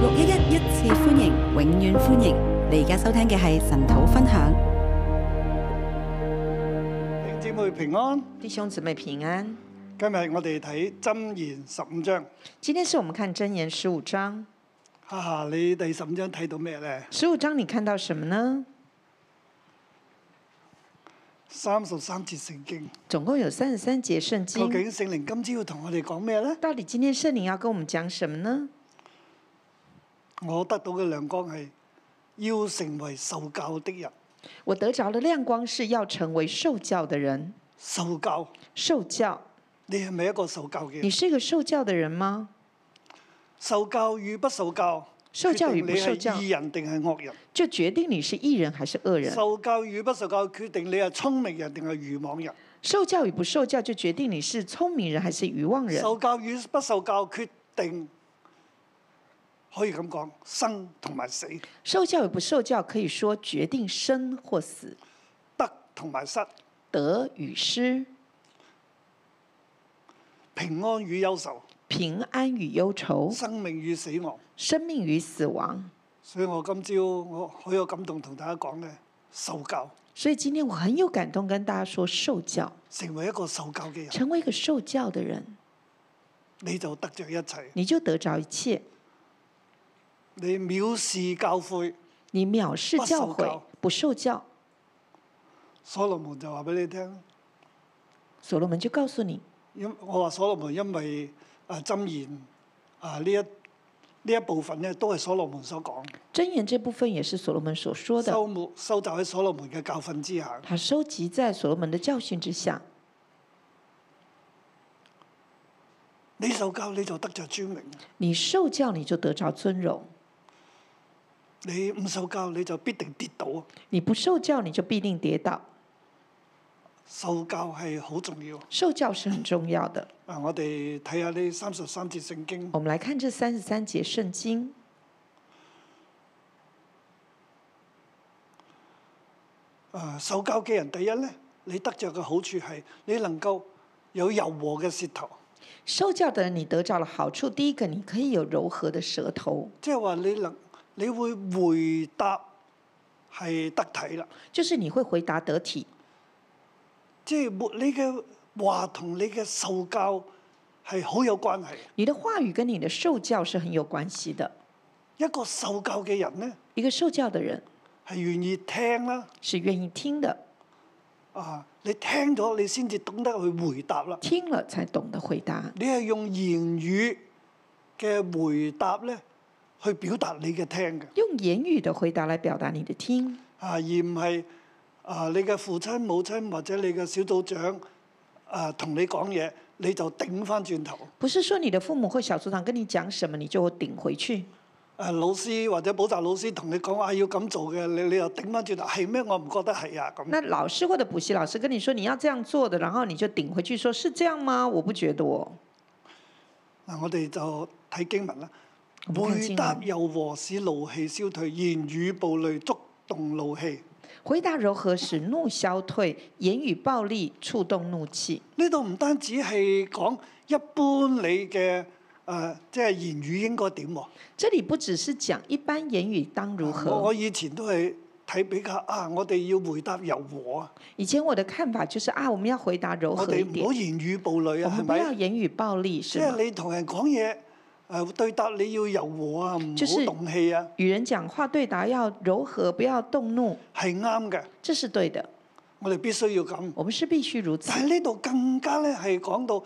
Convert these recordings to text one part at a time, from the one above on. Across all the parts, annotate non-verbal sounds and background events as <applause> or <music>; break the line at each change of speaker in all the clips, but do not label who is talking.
六一一一次歡迎，永遠歡迎！你而家收聽嘅係神土分享。
弟兄姊妹平安，
弟兄姊妹平安，
今日我哋睇箴言十五章。
今天是我们看箴言十五章。
哈哈，你第十五章睇到咩呢？
十五章你看到什么呢？
三十三節聖經，
总共有三十三节圣
究
经。
竟聖靈今朝要同我哋講咩呢？
到底今天圣灵要跟我们讲什么呢？
我得到嘅亮光係要成為受教的人，
我得着的亮光是要成为受教的人。
受教，
受教，
你係咪一個受教嘅
你
人？
是一个受教的人吗？
受教與不受教，
受教與
決定
不受教
你係義人定係惡人？
就決定你是义人還是恶人。
受教與不受教，決定你係聰明人定係愚妄人。
受教与不受教就決定你是聰明人還是愚妄人。
受教與不受教，決定可以咁講生同埋死，
受教与不受教可以说决定生或死，
得同埋失。
得与失，
平安與憂愁，
平安与忧愁，
生命與死亡。
生命与死亡。
所以我今朝我好有感動，同大家講咧，受教，
所以今天我很有感動，跟大家說受教，
成為一個受教嘅人，
成为一個受教的人，
你就得着一切。
你就得着一切。
你藐視教诲，
你藐視教
不受
诲
教，
不受教，
所羅門就話俾你聽。
所羅門就告訴你，
因我話所羅門因為啊箴言啊呢一呢一部分咧，都係所羅門所講，
箴言這部分也是所羅門所說的，
收沒收集喺所羅門嘅教訓之下。
他收集在所羅門的教訓之下。
你受教你就得着尊榮，
你受教，你就得着尊榮；
你唔受教你就必定跌倒。
你不受教，你就必定跌倒。
受教係好重要。
受教是很重要的。
啊，我哋睇下呢三十三節聖經，
我们来看这三十三节圣经，
啊、受教嘅人第一咧，你得着嘅好處係你能夠有柔和嘅舌頭，
受教的人你得着了好處。第一个，你可以有柔和的舌頭，
即係話你能你會回答係得體啦，
就是你會回答得體，
即係沒你嘅話同你嘅受教係好有關係。
你的話語跟你的受教是很有關係的。
一個受教嘅人咧，
一個受教的人
係願意聽啦，
是願意聽的，
啊，你聽咗你先至懂得去回答啦。
聽了才懂得回答。
你係用言語嘅回答咧，去表達你嘅聽嘅。
用言語的回答來表達你的聽，
啊，而唔係啊你嘅父親、母親或者你嘅小組長啊同你講嘢，你就頂翻轉頭。
不是說你的父母或小組長跟你講什麼，你就頂回去。
啊，老師或者補習老師同你講啊要咁做嘅，你你又頂翻轉頭，係咩？我唔覺得係啊咁。
那老師或者補習老師跟你說你要這樣做的，然後你就頂回去說，是這樣嗎？我不覺得哦。
嗱，我哋就睇經文啦。
我們看
回
經
答
文
柔和使怒氣消退，言語暴戾觸動怒氣。
回答柔和使怒消退，言語暴力觸動怒氣。
呢度唔單止係講一般你嘅誒、呃即係言語應該點喎。
這裡不只是講一般言語當如
我我
何，
以前都係睇比較啊，我哋要回答柔和啊，
以前我的看法就是啊，我們要回答柔
我
和
哋
一
唔
點
好，言語暴戾
我
啊，係
們哦不要
咪？
言語暴力，
即
是嗎
係？你同人講嘢，誒、對答你要柔和啊，唔
就
好
是
動氣啊，
與人講話對答要柔和，不要動怒，
係啱嘅。
這是對的。
我哋必須要咁。
我們是必須如此
但。係呢度更加咧係講到，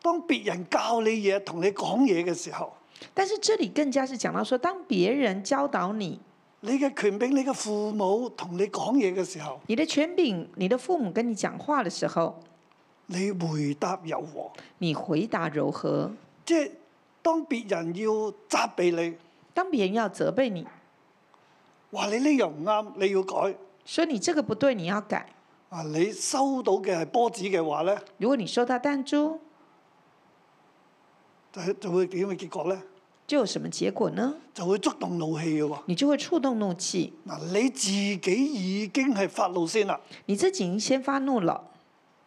當別人教你嘢、同你講嘢嘅時候，
但是這裡更加是講到說，當別人教導你，
你嘅權柄、你嘅父母同你講嘢嘅時候，
你的權柄，你的父母跟你講話的時候，
你回答柔和。
你回答柔和。
即係當別人要責備你，
當別人要責備你，
話你呢樣唔啱，你要改。
說你這個不對，你要改。
啊！你收到嘅係波子嘅話咧，
如果你收到彈珠，
就就會點嘅結果咧？
就有什麼結果呢？
就會觸動怒氣嘅喎。
你就會觸動怒氣，
嗱，你自己已經係發怒先啦，
你自己已經先發怒了，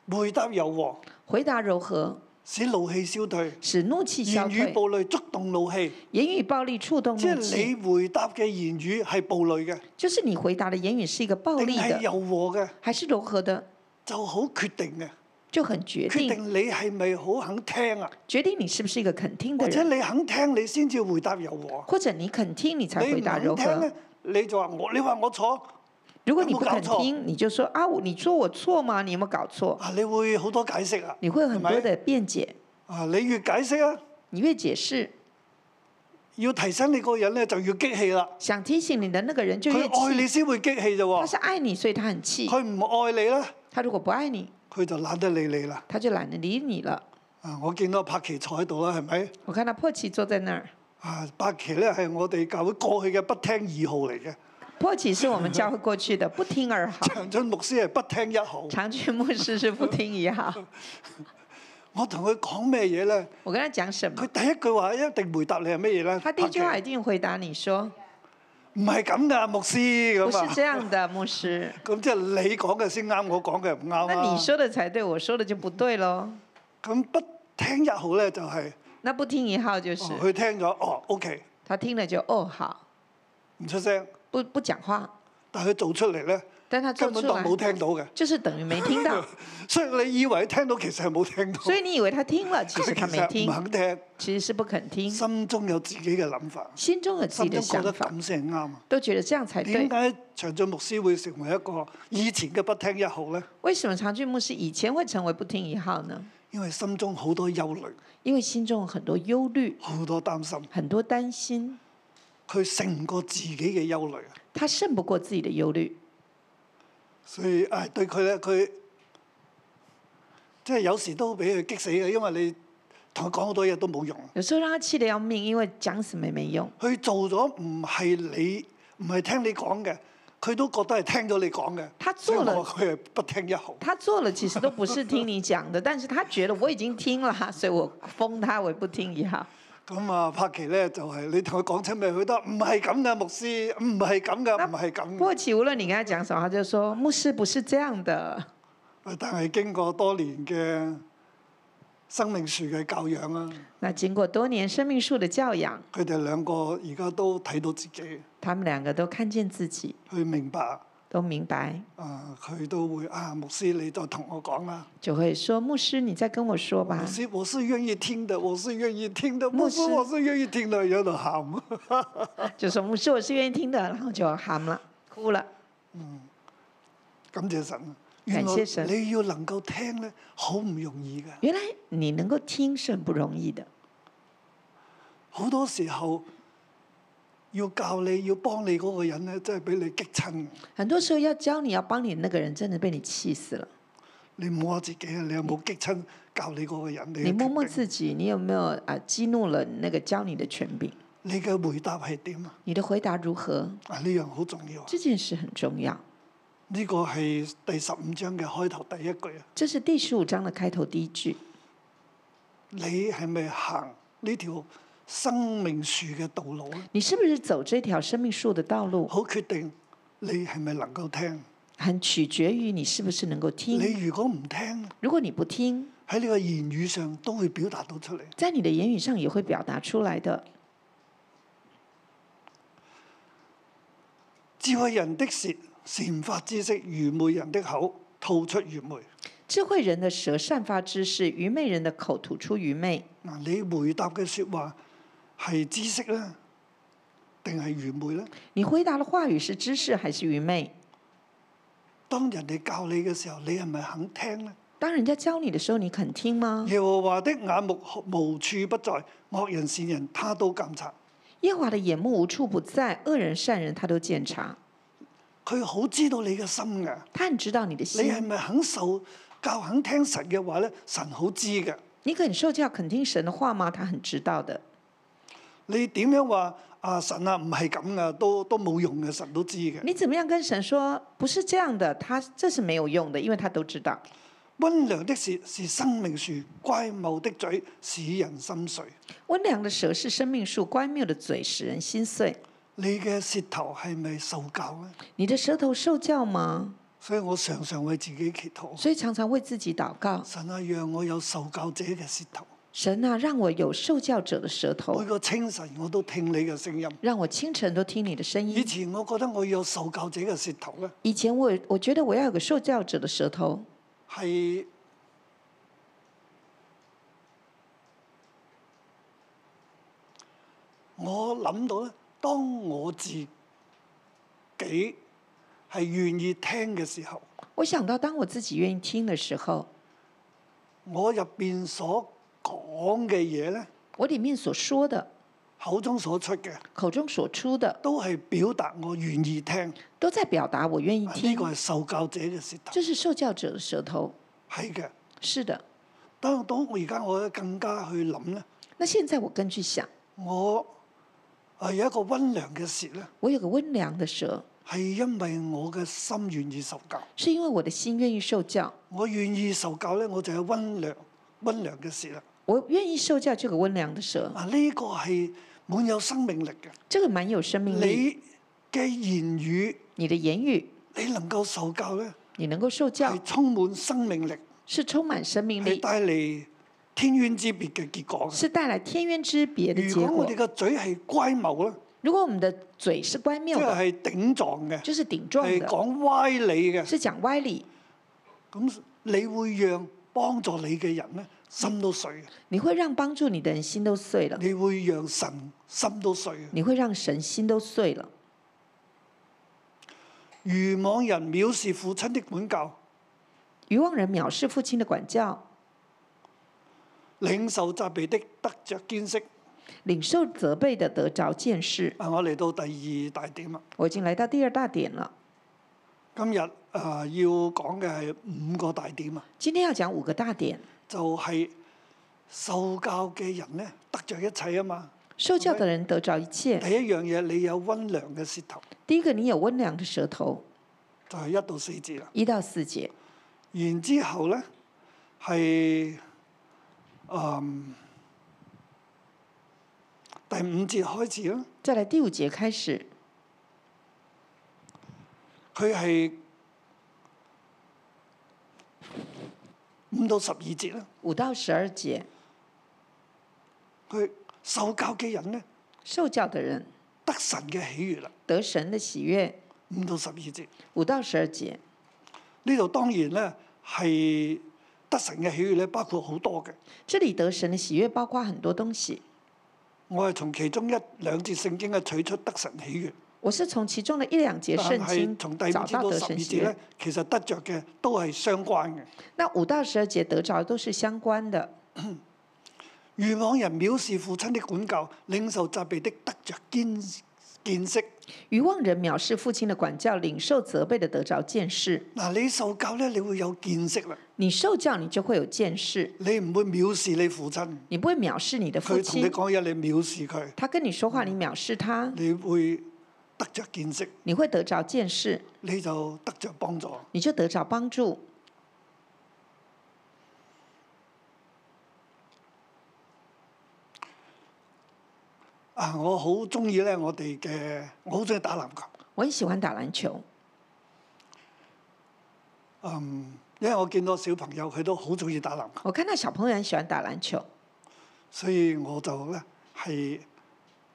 回答柔和，
回答柔和，
使怒氣消退，
使怒气消
言語。
退
暴戾觸動怒氣，
言语暴力触动
即
怒气，
係你回答嘅言語係暴戾嘅，
就是你回答的言语是一个暴
定
力
係
的，
柔和嘅，
还是柔和的，
就好決定嘅。
就很决
決
定
定你係咪好肯聽啊？
决定你是不是一个肯听的
或者
人，
你肯聽，你先至回答柔和。
或者你肯听你才
你
回
唔
答柔
肯聽
和
咧。，你就話我，你話我錯
如果你
有
不
没有搞
肯
错
听，你就说啊，我你说我错吗？你有没有搞错？
啊，你會好多解釋啊。
你会有很多
係咪
的辩解，
啊，你越解釋啊，
你越解释，
要提醒你個人咧就要激氣啦。
想提醒你的那个人就
佢
越
愛哦你哦
气。
先會激氣啫
他
喎，
是爱你，所以他很气。
佢唔愛你咧，
他如果不爱你，
佢就懶得理你啦。
他就懒得理你了。
啊，我見到柏奇坐喺度啦，係咪？
我看他破奇坐在那儿，
啊，柏奇咧係我哋教會過去嘅不聽二號嚟 <laughs> 嘅，
破奇是我们教会过去的，不听
<laughs>
二好。
長進牧師係不聽一號。
长居牧师是不听一好。
我同佢講咩嘢咧？
我跟他讲什
佢
么，
第一句話一定回答你係乜嘢咧？
他第一句
柏
话
奇
一定回答你说
唔係咁噶，牧師
不
咁
是
啊
这。样的，
<laughs>
牧师。
咁即係你講嘅先啱，我講嘅唔啱
那你
啦。
说的才对，我说的就不对喽。
咁不聽一號咧就係、
那不听一号就是
哦佢、聽咗，哦，OK，
他听了就哦好，
唔出聲，
不不講話，
但係佢做出嚟咧
但他做
根
出
本當
來
冇聽到嘅。
就是等于沒
<laughs>
聽到，
所以你以為聽到，其實係冇聽到。
所以你以为他听了，其
佢
实他沒
其實
听
唔，肯聽，
其实是不肯听，
心中有自己嘅諗法，
心中有自
心
己的
中覺
想
得
法，
咁先係啱啊。
都觉得這樣才對
點。解長進牧師會成為一個以前嘅不聽一號咧？
为什么长俊牧师以前会成为不聽一号呢？
因為心中好多憂慮，
因为心中有很多憂慮，
好多擔心，
很多擔心，
佢勝唔過自己嘅憂慮啊。
他勝不過自己的憂慮，
所以唉，對佢咧，佢即係有時都俾佢激死嘅，因為你同佢講好多嘢都冇用。
有时候让他气得要命，因为講什麼也沒用。
佢做咗唔係你唔係聽你講嘅，佢都覺得係聽咗你講嘅。
他做了
所以我話佢係不聽一毫。
他做了，其实都不是聽你講的，但是他覺得我已經聽了， <laughs> 所以我封他为不聽一号。
咁啊，柏奇咧就係、你同佢講出咩，佢都話唔係咁嘅，牧師唔係咁嘅，唔係咁嘅。
过期，無論你跟他講什麼，他就說牧師不是這樣的。
但係經過多年嘅生命樹嘅教養啦，
那經過多年生命樹的教養，
佢哋兩個而家都睇到自己，
他們兩個都看見自己，
去明白
都明白，
啊，佢都會啊，牧師你就同我講啦。
就會說牧師，你再跟我說吧
牧。師，我是願意聽的，我是願意聽的，牧師，
牧師
我是願意聽的，有度喊。
<laughs> 就說牧師，我是願意聽的，然後就喊了，哭了。
感謝神啊！原
感
來
謝神
你要能夠聽咧，好唔容易㗎。
原來你能夠聽是很不容易的，
好多時候要教你要幫你嗰個人咧，真係俾你激親。
很多時候要教你要幫你的那個人，真的被你氣死了。
你唔好話自己啊，你有冇激親教你嗰個人？你
你
嘅
摸摸
決定
自己，你有沒有啊激怒了那個教你的權柄？
你嘅回答係點啊？
你的回答如何？
啊，呢樣好重要啊！
這件事很重要。
呢個係第十五章嘅開頭第一句啊！
这是第十五章的開頭第一句。
你係咪行呢條生命樹嘅道路咧？
你是不是走這條生命樹的道路，
好決定你係咪能夠聽。
很取決於你是不是能夠聽。
你如果唔聽，
如果你不聽，
喺你個言語上都會表達到出嚟。
在你的言語上也會表達出來的。
智慧人的舌善發知識，愚昧人的口吐出愚昧。
智慧人的舌散發知識，愚昧人的口吐出愚昧。
嗱，你回答嘅説話係知識咧，定係愚昧咧？
你回答的話語是知識還是愚昧？
當人哋教你嘅時候，你係咪肯聽咧？
當人家教你的時候，你肯聽嗎？
耶和華的眼目無處不在，惡人善人他都監察。
耶和華的眼目無處不在，惡人善人他都檢查，
佢好知道你嘅心㗎。
他很知道你的
你係
心。
咪肯受教、肯聽神嘅話咧？神好知嘅。
你肯受教、肯聽神的話嗎？他很知道的。
你點樣話啊？神啊，唔係咁噶，都都冇用嘅，神都知嘅。
你怎麼樣跟神說不是這樣的？他這是沒有用的，因為他都知道。
温良的舌是生命樹，乖謬的嘴使人心碎。
溫良的舌是生命樹，乖謬的嘴使人心碎。
你嘅舌頭係咪受教咧？
你的舌頭受教嗎？
所以我常常為自己祈禱，
所以常常为自己祷告。
神啊，讓我有受教者嘅舌頭，
神啊，讓我有受教者的舌頭
每，個清晨我都聽你嘅聲音。
讓我清晨都聽你的聲
以
音。
前我覺得我有受教者嘅舌頭咧，
以前我有我覺得我要有個受教者的舌頭，
係我諗到咧，當我自己係願意聽嘅時候，
我想到當我自己願意聽的時候，
我入邊所講嘅嘢咧，
我裡面所說的、
口中所出嘅，
口中所出的，
都係表達我願意聽。啊
都在表達我願意
呢
聽
個。係受教者嘅舌頭
這，是受教者的舌頭。
係嘅。
是的，
當當我而家我更加去諗咧，
那現在我更去想，
我啊有一個温良嘅舌咧，
我有個溫良的舌，
係因為我嘅心願意受教，
是因為我的心願意受教，
我願意受教咧，我就有温良温良嘅舌啦。
我願意受教這個溫良的舌，
啊，呢、個係滿有生命力嘅，
這個蠻有生命力。
你嘅言語，
你的言語，
你能夠受教咧，
你能夠受教
係，充滿生命力，
是充滿生命
係
力，
帶嚟天淵之別嘅結果嘅。
是帶來天淵之別的
如
結
果我
果
哋。嘅嘴係乖謬咧，
如果我們的嘴是乖
即
謬的，
係頂撞嘅。
就是頂撞
係
的，
講歪理嘅，
是講歪理，
咁你會讓幫助你嘅人咧心都碎嘅，
你會讓幫助你的人心都碎了，
你會讓神心都碎嘅。
你會讓神心都碎了。
愚妄人藐視父親的管教，
愚妄人藐視父親的管教，
領受責備的得着見識。
領受責備的得着見識。
啊，我嚟到第二大點啦。
我已經來到第二大點了，
今日啊、要講嘅係五個大點啊，
今天要講五個大點。
就係、受教嘅人咧得着一切啊嘛。
受教的人得着一切
第。一樣嘢，你有温良嘅舌頭，
第一個，你有溫良的舌頭，
就係、一到四節啦。
一到四節。
然之後咧係嗯第五節開始啦，
再來第五節開始，
佢係五到十二節啦。
五到十二節，
佢受教嘅人咧
受教的人
得神嘅喜悅啦，
得神的喜悅。
五到十二節
五到十二節，
呢度當然咧係得神嘅喜悅咧，包括好多嘅。
這裡得神的喜悅包括很多東西。
我係從其中一兩節聖經咧取出得神喜悅，
我是從其中的一兩節
但
聖
係
經
從第五
找
節
到
到
得
十二
神
節
喜
咧
悅。，
其實得着嘅都係相關嘅。
那五到十二節得着都是相關的。
愚妄人藐視父親的管教，領受責備的得着見見識。
愚妄人藐視父親的管教，領受責備的得着見識。
嗱，你受教咧，你會有見識啦。
你受教，你就會有見識，
你唔會藐視你父親，
你不會藐視你的父
佢同你
親。
講嘢，你藐視佢，
他跟你說話，你藐視他，
你會得着見識，
你會得着見識，
你就得着幫助。
你就得着幫助。
啊，我好中意咧，我哋嘅我好中意打籃球，
我很喜歡打籃球，
因為我見到小朋友佢都好中意打籃球，
我看到小朋友很喜歡打籃球，
所以我就咧係，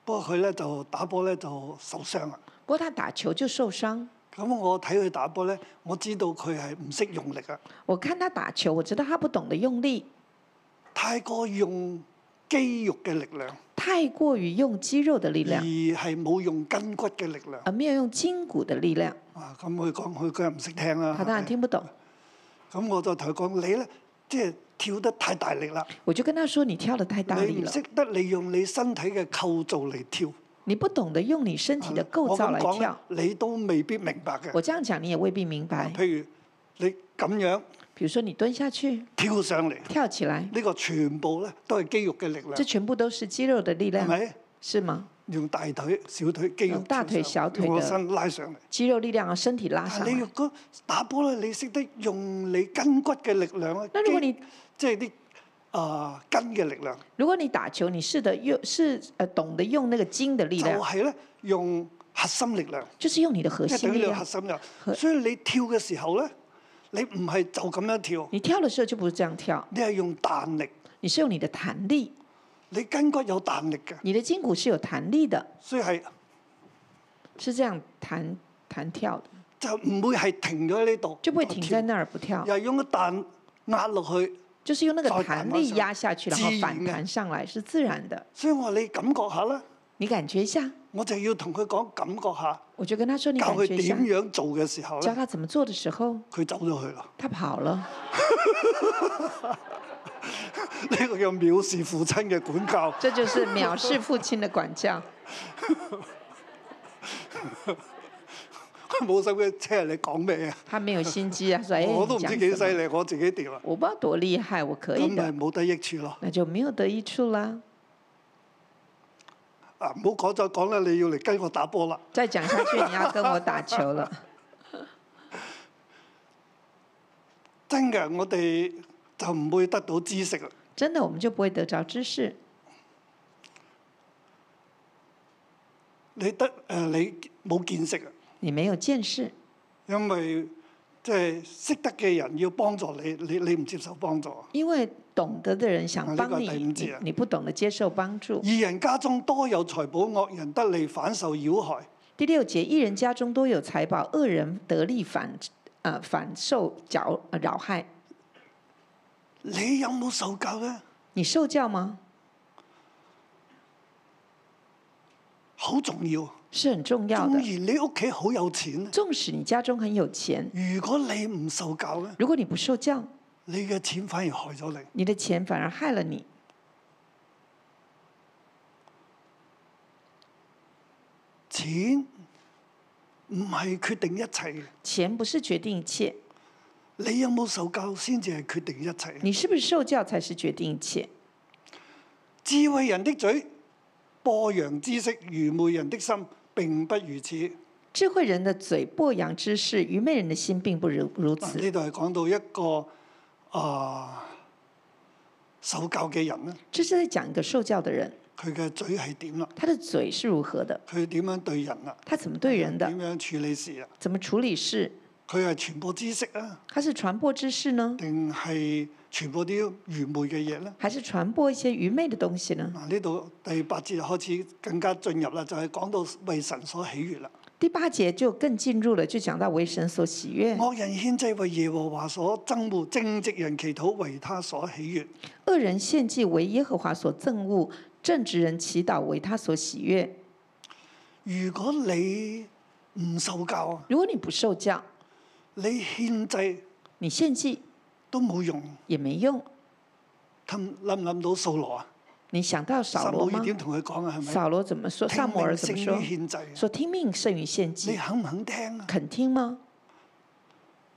不過佢咧就打波咧就受傷啦。
不過他打球就受傷。
咁我睇佢打波咧，我知道佢係唔識用力啊。
我看他打球，我知道他不懂得用力，
太過用肌肉嘅力量，
太過於用肌肉的力
而
量，
係冇用筋骨嘅力量。
而沒有用筋骨的力量。
啊，咁佢講佢佢又唔識聽啦。
他當然
係咪
聽不懂。
咁我就同佢講：你咧，即係跳得太大力啦，
我就跟他說：“你跳得太大力
你唔
了，
識得利用你身體嘅構造嚟跳。
你不懂得用你身體的構
我
造
咁
來
講
跳
咧。，你都未必明白嘅。
我這樣講你也未必明白。
譬如你咁樣
比如說你蹲下去
跳上嚟，呢、
跳起來，
個全部咧都係肌肉嘅力量，
這全部都是肌肉的力
係
量，
咪？
是嗎？
用大腿、小腿肌肉
用大腿
跳上
小腿
用個
的
身拉上嚟。
肌肉力量啊，身體拉上
但你
來
若。果打波咧，你識得用你筋骨嘅力量咧，
那如果
肌
你
即係啲啊筋嘅力量，
如果你打球，你是的用是呃懂得用那個筋的力
就
量，
係咧用核心力量，
就是用你的核
即係對呢
心力
個核
量。
心力量。
核
所以你跳嘅時候咧，你唔係就咁樣跳，
你跳的時候就不是這樣跳，
你係用彈力，
你是用你的彈力，
你筋骨有彈力嘅，
你的筋骨是有彈力的，
所以係
是這樣彈彈跳的，
就唔會係停咗喺呢度，
就不會停在那兒不跳
又，係用個彈壓落去。
就是用那個
再彈
彈力
上
壓下去，然後
自
反
然的
彈上來是自然的。
所以我話你感覺下啦，
你感覺一下，
我就要同佢講感覺下，
我就跟他說你
教
感
佢
覺一下
點，樣做嘅時候
教
咧，
他怎麼做的時候，
佢走咗去啦。 <laughs>
他跑了。
呢個叫藐視父親嘅管教。 <laughs>
這就是藐視父親的管教。
佢冇心機，即係你講咩啊？
他沒有心機啊，說哎，
我都唔
你
知
講
幾犀
什麼
利，我自己掂啊，
我不知道多厲害，我可以
咁咪
的，
冇得益處咯。
那就沒有得益處啦。
啊，唔好講再講啦，你要嚟跟我打波啦。
再講下去，你要跟我打球了。
真嘅，我哋就唔會得到知識啦。
真的，我們就不會得着知識。
你得誒、呃你冇見識啊，
你沒有見識，
因為即係識得嘅人要幫助你，你你唔接受幫助。
因為懂得的人想
啊
幫
呢
你，
個第五節
你
啊
你不懂得接受幫助。
義人家中多有財寶，惡人得利反受擾害。
第六節，一人家中多有財寶，惡人得利反呃反受搅呃擾害。
你有冇受教咧？
你受教嗎？
好重要。
是很重要
縱
的。
然你屋企好有錢咧，
縱使你家中很有錢，
如果你唔受教咧，
如果你不受教，
你嘅錢反而害咗你。
你的錢反而害了你。
錢唔係決定一切嘅，
錢不是決定一切，
你有冇受教先至係決定一切。啊
你是不是受教才是決定一切。
智慧人的嘴播揚知識，愚昧人的心並不如此。
智慧人的嘴播扬知识，愚昧人的心并不如如
嗱，
此。
呢度係講到一個啊、受教嘅人咧，
这是在講一個受教的人，
佢嘅嘴係點啦？
他的嘴是如何的，
佢點樣對人啊？
他怎麼對人
點
的，
樣處理事啊？
怎麼處理事，
佢係傳播知識啊，
他是傳播知識呢，
定係傳播啲愚昧嘅嘢咧？
還是傳播一些愚昧的東西呢？
嗱，呢度第八節開始更加進入啦，就係、講到為神所喜悦啦。
第八節就更進入了，就講到為神所喜悦，
惡人獻祭為耶和華所憎惡，正直人祈禱為他所喜悦。
惡人獻祭為耶和華所憎惡，正直人祈禱為他所喜悦。
如果你唔受教啊，
如果你不受教，
你獻祭
你獻祭
都冇用。
也沒用。
諗諗唔諗到掃羅啊？
你想到掃
撒
羅
母耳
嗎？
點同佢講啊？係咪？
掃羅怎麼說？
聽
撒母
命
耳怎
勝
麼說
於？獻祭啊，
說聽命勝於獻
你
祭，
肯唔肯聽啊？
肯聽嗎？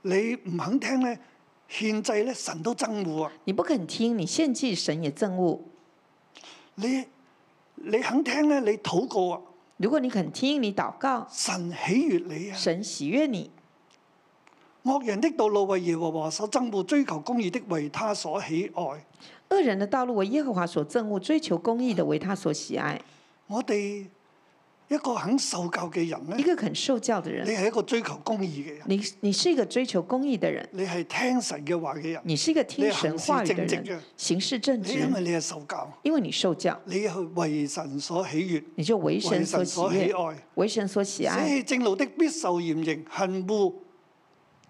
你唔肯聽咧，獻祭咧神都憎惡啊！
你不肯聽，你獻祭神也憎惡。
你你肯聽咧，你禱告啊，
如果你肯聽，你禱告，
神喜悦你啊！
神喜悅你。
惡人的道路為耶和華所憎惡，追求公義的為他所喜愛。
惡人的道路為耶和華所憎惡，追求公義的為他所喜愛。
我哋一個肯受教嘅人
一
咧，
個肯受教的
你
人，
係一個追求公義嘅人，
你你是一個追求公義的人，
你係聽神嘅話嘅人，
你是一個聽神話語的
你行事正直
人
嘅，
行事正
你
直，
因為你係受教，
因為你受教，
你去為神所喜悦，
你就為神
為
所
神
喜
所喜
悅，
愛。
為神所喜
捨
愛。
棄正路的必受嚴刑，恨惡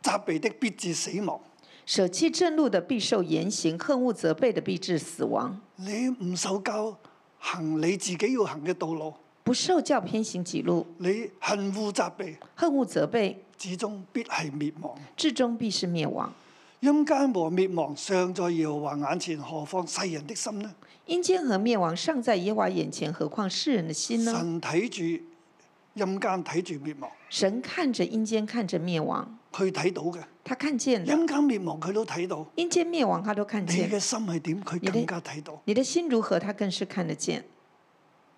責備的必致死亡。
捨棄正路的必受嚴刑，恨惡責備的必致死亡。
你唔受教，行你自己要行嘅道路，
不受教偏行己路，
你恨惡責備，
恨惡責備，
至終必係滅亡。
至終必是滅亡。
陰間和滅亡尚在耶和華眼前，何況世人的心呢？
陰間和滅亡尚在耶和華眼前，何況世人的心呢？
神睇住陰間，睇住滅亡，
神看着陰間，看着滅亡，
佢睇到嘅。
他看見的。
陰間滅亡佢都睇到，
陰間滅亡，他都看
你
見。
嘅心係點，佢更加睇到。
你的心如何，他更是看得見。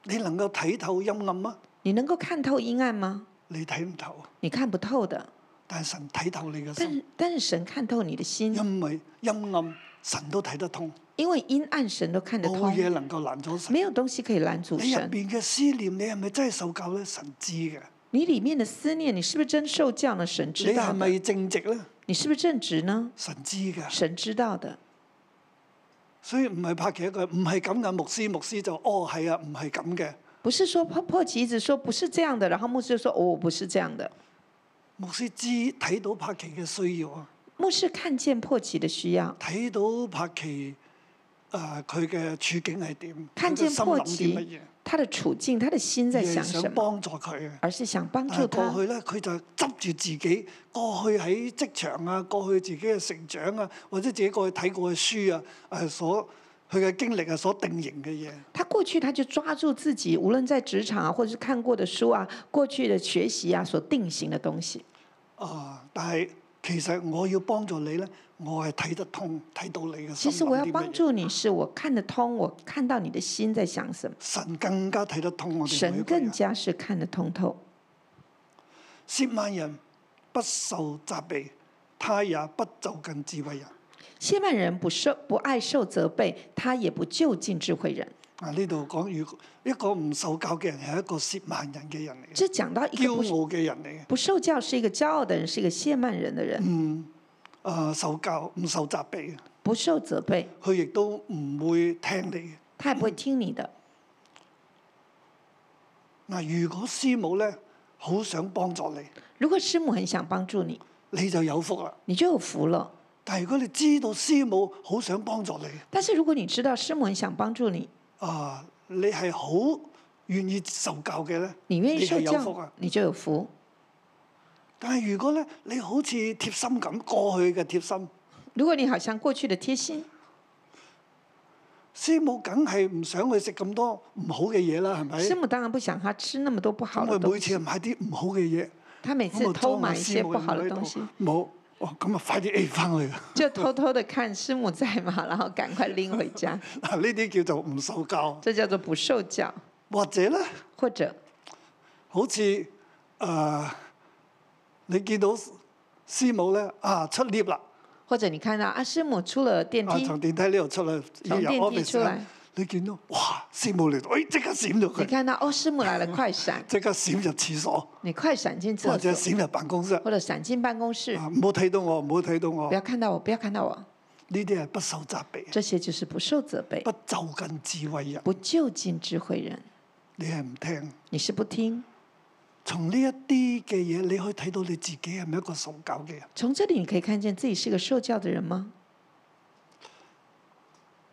你能夠睇透陰暗嗎？
你能夠看透陰暗嗎？
你睇唔透，
你看不透的。
但係神睇透你嘅
但
心，
是但是神看透你的心，
因為陰暗神都睇得通，
因為陰暗神都看得
冇
通，
嘢能夠攔阻神。
沒有東西可以攔阻
你入
神。
邊嘅思念，你係咪真係受教咧？神知嘅，
你里面的思念，你是不是真受教呢？神
你
知道
係
的。
咪正直咧？
你是不是正直呢？
神知㗎，
神知道的，
所以唔係拍其一句，唔係咁㗎。牧師牧師就哦係啊，唔係咁嘅。
不是说破破旗子说不是这样的，然后牧师就说哦我不是这样的。
牧師知睇到柏奇嘅需要啊，
牧师看见破旗的需要，
睇到柏奇誒佢嘅處境係點，
看
佢嘅
見
心
破
諗啲乜
旗
嘢，，
他的处境，他的心在
而係
想
想
什么，
幫助佢嘅。
而是想帮
但
助
係過
他。
去咧，佢就執住自己過去喺職場啊，過去自己嘅成長啊，或者自己過去睇過嘅書啊，誒所佢嘅經歷啊，所定型嘅嘢。
他过去他就抓住自己，无论在职场啊，或者是看过的书啊，过去的学习啊，所定型的东西。
啊！但係其實我要幫助你咧，我係睇得通、睇到你嘅
其
心
实我要
諗啲乜
帮
嘢。
助你，是我看得通，我看到你的心在想什么。
神更加睇得通我哋每
神
一個
更
人。
加是看得通透。
褻慢人不受責備，他也不就近智慧人。
谢曼人不受不爱受责备，他也不就近智慧人。
啊！呢度講，如果一個唔受教嘅人係一個褻慢人嘅人嚟嘅，
这讲到一
驕
个不
傲嘅人嚟嘅。
不受教是一个骄傲的人，是一个谢曼人的人，
嗯，啊、受教唔受責備嘅，
不受责备，
佢亦都唔會聽你嘅。
他也不会听你的。
嗱，如果師母咧好想幫助你，
如果师母很想帮助你，
你就有福啦。
你就有福了。
但係如果你知道師母好想幫助你，
但是如果你知道师母很想帮助你，
啊，你係好願意受教嘅咧，
你愿意
你
受
係有福
教
啊，。
你就有福。
但係如果咧，你好似貼心咁過去嘅貼心，
如果你好像过去的贴心，
師母梗係唔想佢食咁多唔好嘅嘢啦，係
师
咪？
母当然不想他吃那么多不好
咁
的
佢
东
每次
西，
買啲唔好嘅嘢，
他每
咁
次
我
偷
裝
買
埋
一
師
些
母
不好的
喺
东
度
西，，
冇。哦，咁啊，快啲 A 翻去啊！ <laughs>
就偷偷的看师母在嘛，然后赶快拎回家，
嗱，呢啲叫做唔受教，
这叫做不受教。
或者咧，
或者
好似誒、呃你見到師母咧啊出 lift 啦。
或者你看到啊，师母出了电
啊，
梯，
從電梯呢度出嚟，
從
要
電
入
梯
office
出嚟
啦你見到哇，師母嚟到，哎，即刻閃咗
你
佢，
看到哦，师母来了，快闪！
即刻閃入廁所，
你快闪进
<laughs> 或
厕
者
所，
閃入辦公室。
或者闪进办公室，
啊唔好睇到我，唔好睇到我
不，要看到我，不要看到我。
呢啲係不受責備，啊
这些就是不受责备
不，就近智慧人，
不就近智慧人，
你係唔聽。
你是不聽。
從呢一啲嘅嘢，你可以睇到你自己係咪一個受教嘅人。
从这里你可以看见自己是个受教的人吗？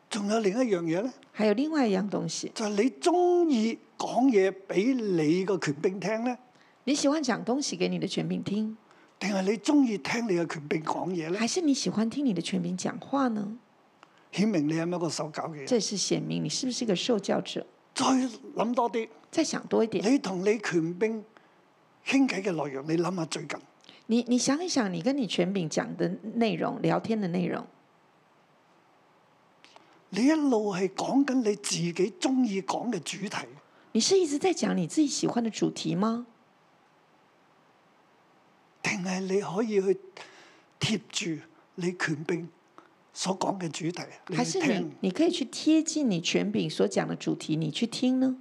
仲有另一樣嘢咧，
还有另外一样东西，
就係、你中意講嘢俾你個權柄聽咧，
你喜欢讲东西给你的权柄听，
定係你中意聽你嘅權柄講嘢咧？
还是你喜欢听你的权柄讲话呢？
顯明你係咪一個受教嘅人？
这是显明你是不是一个受教者。
再諗多啲。
再想多一点，
你同你權兵傾偈嘅內容，你諗下最近
你你想一想，你跟你权柄讲的内容、聊天的内容，
你一路係講緊你自己中意講嘅主題，
你是一直在讲你自己喜欢的主题吗？
定係你可以去貼住你權兵所講嘅主題，你
还
去
是
聽
你，你可以去贴近你权柄所讲的主题，你去听呢？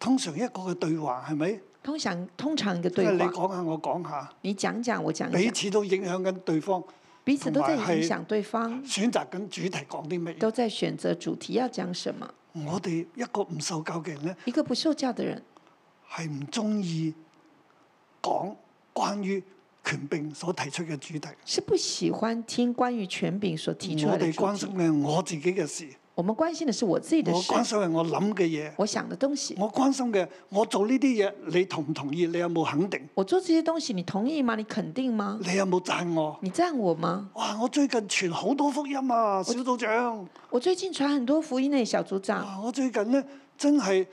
通常一個嘅對話係咪？
通常通常一个
即係
对
你
话，
講下我講下，
你讲讲我讲
彼
讲，
此都影響緊對方，
彼此都在
同埋係
影响对方，
選擇緊主題講啲乜嘢。
都在选择主题要讲什么。
我哋一個唔受教嘅人咧，
一个不受教的人，
係唔中意講關於權柄所提出嘅主題。
是不喜欢听关于权柄所提出
我
来的
哋
主
關心
题。
嘅係我自己嘅事，
我们关心的是我自己的
我
事，
關心嘅係我諗嘅嘢，
我想的东西。
我關心嘅我做呢啲嘢，你同唔同意？你有冇肯定？
我做这些东西，你同意吗？你肯定吗？
你有冇讚我？
你赞我吗？
哇！我最近傳好多福音啊，小組長。
我最近传很多福音呢，小组长，
哇！我最近咧真係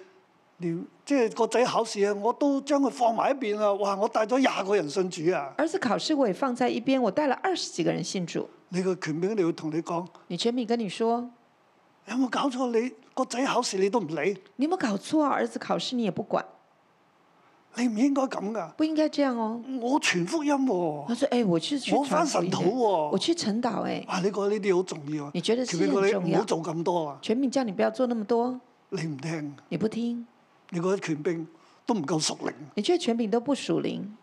連即係個仔考試啊，我都將佢放埋一邊啊！哇！我帶咗廿個人信主啊！
儿子考试我也放在一边，我带了二十几个人信主。
你個權柄你要同你講，
你权柄跟你说，
有冇搞錯？你個仔考試你都唔理，
你有没有搞错啊？儿子考试你也不管，
你唔應該咁噶。
不应该这样哦。
我傳福音喎、
他说：“哎、我去去
哦我翻
传福
神
音
土
的，
喎、
我去晨祷。”哎，
啊！你覺得呢啲好重要啊？
你覺得是
其實佢哋
很重
唔
要
好做咁多啊！
权柄叫你不要做那么多，
你唔聽，
你不听。
你覺得權柄都唔夠熟靈。
你覺得权柄都不属灵。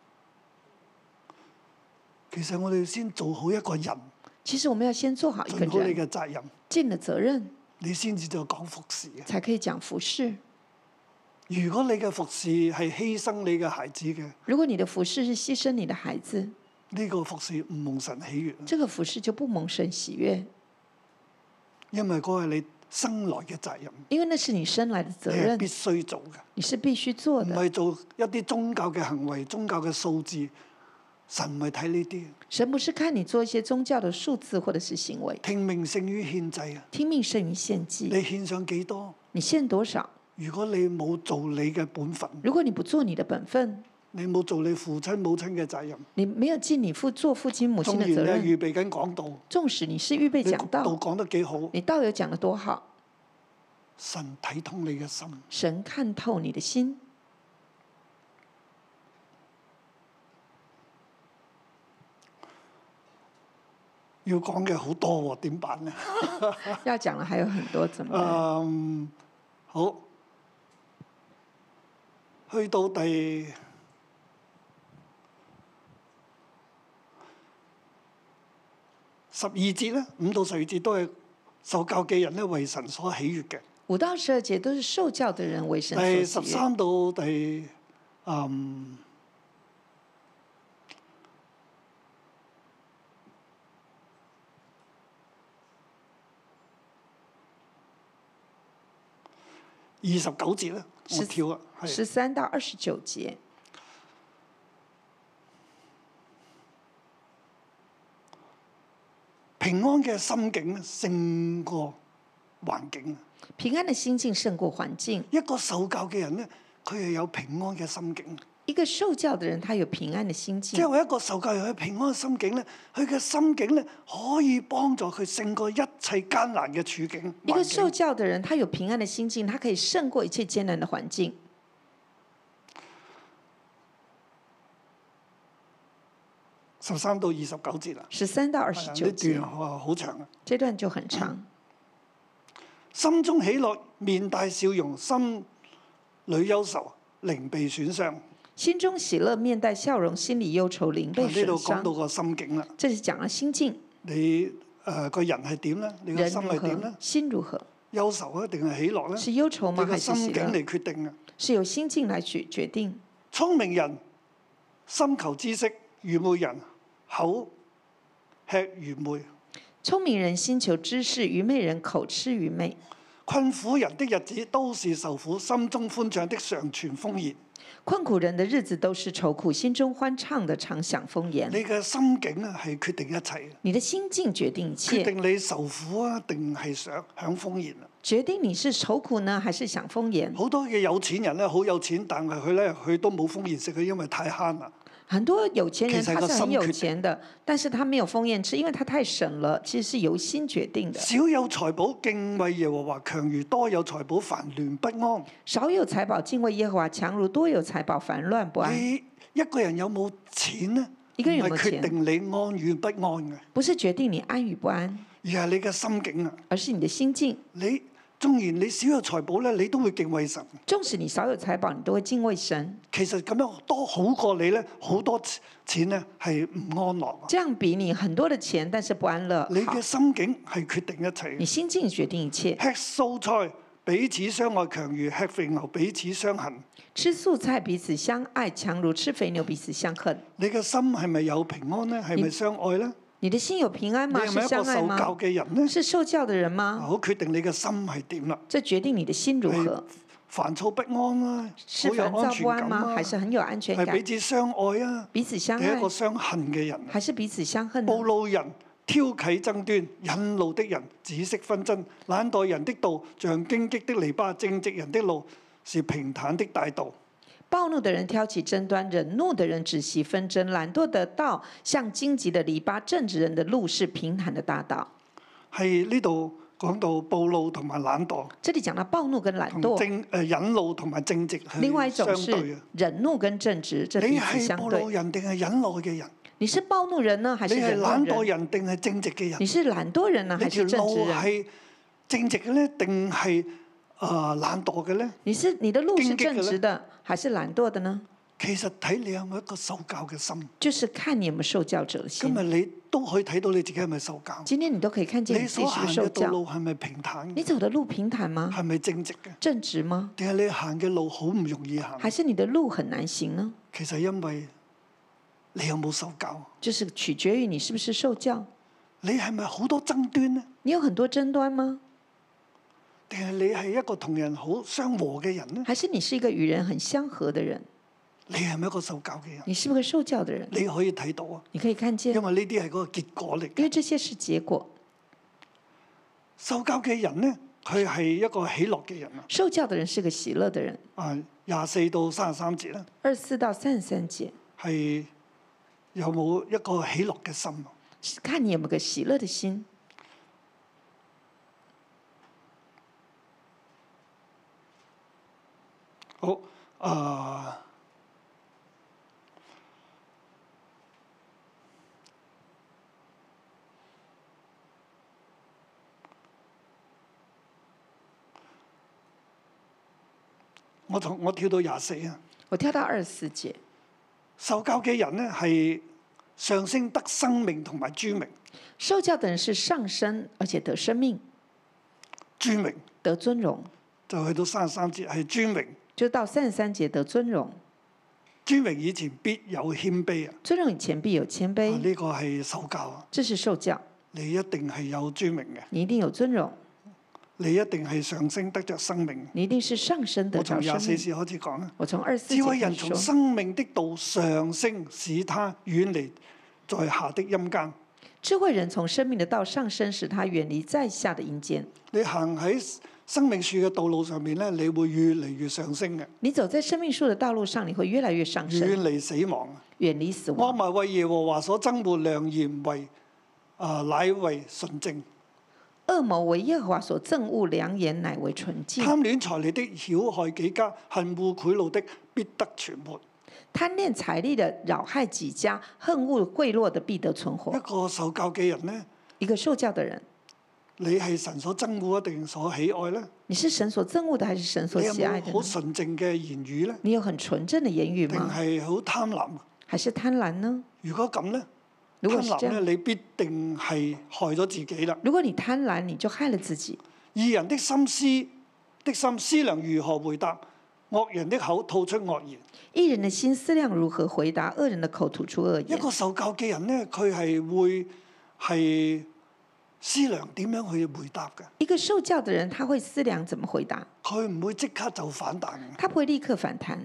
其實我哋先做好一個人，
其实我们要先做啊好一个
盡好你
人，
嘅責任，
尽了责任
你先至就講服侍嘅。
才可以讲服侍。
如果你嘅服侍係犧牲你嘅孩子嘅，呢、
如果你的服侍是牺牲你的孩子，
個服侍唔蒙神喜啊悦，
这个服侍就不蒙神喜悦，
因為嗰係你生來嘅責任，
因为那是你生来的责
你係
任
必，須做嘅。
你是必须做
唔
的。
係做一啲宗教嘅行為、宗教嘅數字，神唔係睇呢啲，
神不是看你做一些宗教的数字或者是行为，
聽命勝於獻祭啊！
听命胜于献
你
祭。
獻上幾多？
你献多少？
如果你冇做你嘅本分，
如果你不做你的本分，
你冇做你父親母親嘅責任，
你没有尽你父做父亲母
縱
亲的
然你
责
係
任，
預備緊講道，
纵使你是预备
你
讲
道
道，
講得幾好，
你道友讲的多好，
神睇通你嘅心，
神看透你的心。
要講嘅好多喎，點辦呢？
要讲了还有很多，怎么办？
嗯，好，去到第十二節咧，五到十二節都係受教嘅人咧為神所喜悦嘅。
五到十二节都是受教的人为神
第哎十
所喜悦。
三到第嗯二十九節咧，我
十
跳啊，係
十三到二十九节，
平安嘅心境咧勝過環境。啊
平安的心境胜过环境。
一個受教嘅人咧，佢係有平安嘅心境。啊
一个受教的人，他有平安的心
即
境
係。話一個受教人嘅平安心境咧，佢嘅心境咧可以幫助佢勝過一切艱難嘅處境。
一個
環
受
境
教的人，他有平安的心境，他可以胜过一切艰难的环境。
十三到二十九節啦，
十三到二
係
十
啊
九
呢
节
段，哇好長啊！
这段就很长。
心中喜樂，面帶笑容，心裏憂愁，靈被損傷。
心中喜乐，面带笑容，心里忧愁，灵被
嗱呢度
损
講到
伤。
個心境啦，
这是讲了心境，
你誒個人係點咧？你個
人
心
如
係點咧
何，？心如何，
憂愁啊，定係喜樂咧？
是忧愁
你
吗？
個
还是
心
喜
境
乐？
嚟決定啊！
是由心境来决决定。
聰明人心求知識，愚昧人口吃愚昧。
聪明人心求知识，愚昧人口吃愚昧。
困苦人的日子都是受苦，心中歡暢的常存豐言。
困苦人的日子都是愁苦，心中欢畅的常享丰
你
筵。
嘅心境啊，係決定一切嘅，
你的心境决定一切
決，定你受苦啊，定係想享豐言啊。
决定你是愁苦呢，还是享丰筵。
好多嘅有錢人咧，好有錢，但係佢咧，佢都冇豐言食，佢因為太慳啦。
很多有钱人
其實
他
個
是
心
很
決
有
定
钱的，但是他没有丰宴吃，因为他太省了，其实是由心决定的。
少有財寶，敬畏耶和華，強如多有財寶，煩亂不安。
少有财宝，敬畏耶和华；强如多有财宝，烦乱不安。
你一個人有冇錢呢？
一個人有
唔係
冇
決
錢
定你安與不安嘅，
不是决定你安与不安，
而係你嘅心境啊！
而是你的心境。
你縱然你少有財寶咧，你都會敬畏神。
纵使你少有财宝，你都会敬畏神。
其實咁樣多好過你咧，好多錢咧係唔安樂啊！
这样比你很多的钱，但是不安乐
你
好
嘅。心境係決定一
你
切嘅。
心境决定一切。
吃素菜彼此相愛，強如吃肥牛彼此相恨。
吃素菜彼此相爱，强如吃肥牛彼此相恨。
你嘅心係咪有平安咧？係咪相愛咧？
你的心有平安
你
吗？
係咪
是
一個
相爱
受教
吗？
嘅人咧？
是受教的人吗？
好決定你嘅心係點啦。
这决定你的心如何
係。煩躁不安啦，
是
哎好有
烦
安
躁
全
不安
感哎
吗？
啊
还，是很有安全
係彼
感？
此相愛啊，
彼此相
定係
爱
一個，相恨嘅人啊。
还是彼此相恨呢？
暴怒人挑起爭端，引路的人只識紛爭，懶惰人的道像荊棘的篱笆，正直人的路是平坦的大道。
暴怒的人挑起争端，忍怒的人止息纷争，懒惰的道像荆棘的篱笆，正直人的路是平坦的大道。
係呢度講到暴怒同埋懶惰，
这里讲到暴怒跟懒
同
惰，啊
正誒引路同埋正直係
另外一
相
种
對
是
嘅。
忍怒跟正直，这
你
彼此
係
嗯相
暴怒
对。哎
人定係忍耐嘅人？
你是暴怒人呢，还
你
是
係
忍
懶
怒
惰
人？
人定係正直嘅人
你？是懒惰人呢，
你
还
條
是正直
路
人？
係正直嘅咧，定係啊懶惰嘅咧？
你是你的路是
荊棘嘅
正直的，還是懶惰的呢？
其實睇你有冇一個受教嘅心。
就是看你有沒有受教者的
今
心
日。你都可以睇到你自己係咪受教，
今天你都可以看见
你
啊你自
所
己是
行
不是
嘅
受
道
教，
路係咪平坦
你
嘅，
走的路平坦吗？
係咪正直嘅，
正直吗？
定係你行嘅路好唔容易行？
还是你的路很难行呢？
其實因為你有冇受教，
就是取决于你是不是受教。
你係咪好多爭端呢？
你有很多争端吗？
定係你係一個同人好相和嘅人呢？
还是你是一个与人很相合的人？
你係咪一個受教嘅人？
你是不是个受教的人？
你可以睇到啊，
你可以看
因
见，
為
因
呢啲係嗰個結果嚟嘅。
为这些是结果。
受教嘅人呢，佢係一個喜樂嘅人啊。
受教的人是个喜乐的人。
啊，廿四到三十三節咧，
二四到三十三节
係有冇一個喜樂嘅心啊？
是看你有没有个喜乐的心。
好啊、我同我跳到廿四啊，
我跳到二十四节，
受教嘅人呢係上升得生命同埋尊名，
受教的人是上升，而且得生命，
尊名
得尊荣。
就去到三十三節係尊名，
就到三十三节得尊荣，
尊名以前必有謙卑啊！
尊荣以前必有谦
啊
卑，
呢個係受教啊，
这是受教，
你一定係有尊名嘅，
你一定有尊荣，
你一定係上升得着生命。
你一定是上升得
我從
着
廿
生
四
命。
節開始講啦。啊
我从二十四
智
节
慧
开
人
始
從
说，
生命的道上升，使他遠離在下的陰間。
智慧人从生命的道上升，使他远离在下的阴间。
你行喺生命樹嘅道路上面咧，你會越嚟越上升嘅，
你走在生命树的道路上，你会越来越上
遠
升，
離死亡。
远离死
我
亡。
咪為耶和華所憎惡良言為啊、乃為純正，
恶魔为耶和华所憎恶，良言乃为纯净。
貪戀財利的曉害己家，恨惡賄賂的必得存活。
贪恋财力的扰害己家，恨恶贿赂的必得存
一
活。
個受教嘅人呢，
一个受教的人，
你係神所憎惡定所喜愛呢？
你是神所憎恶的，还是神所
你有
喜爱
冇
的
好
呢？
純正嘅言語呢？
你有很纯正的言语
定
吗？
係好貪婪？
还是贪婪呢？
如果咁呢，
如果
貪
是这
婪
样，
呢，你必定係害咗自己啦。
如果你贪婪，你就害了自己。
義人的心思的心思量如何回答？惡人的口吐出惡言。
一人的心思量如何回答，恶人的口吐出恶
一
言。
個受教嘅人呢，佢係會係思量點樣去回答嘅，
一个受教的人，他会思量怎么回答，
佢唔會即刻就反彈嘅，
他不会立刻反弹，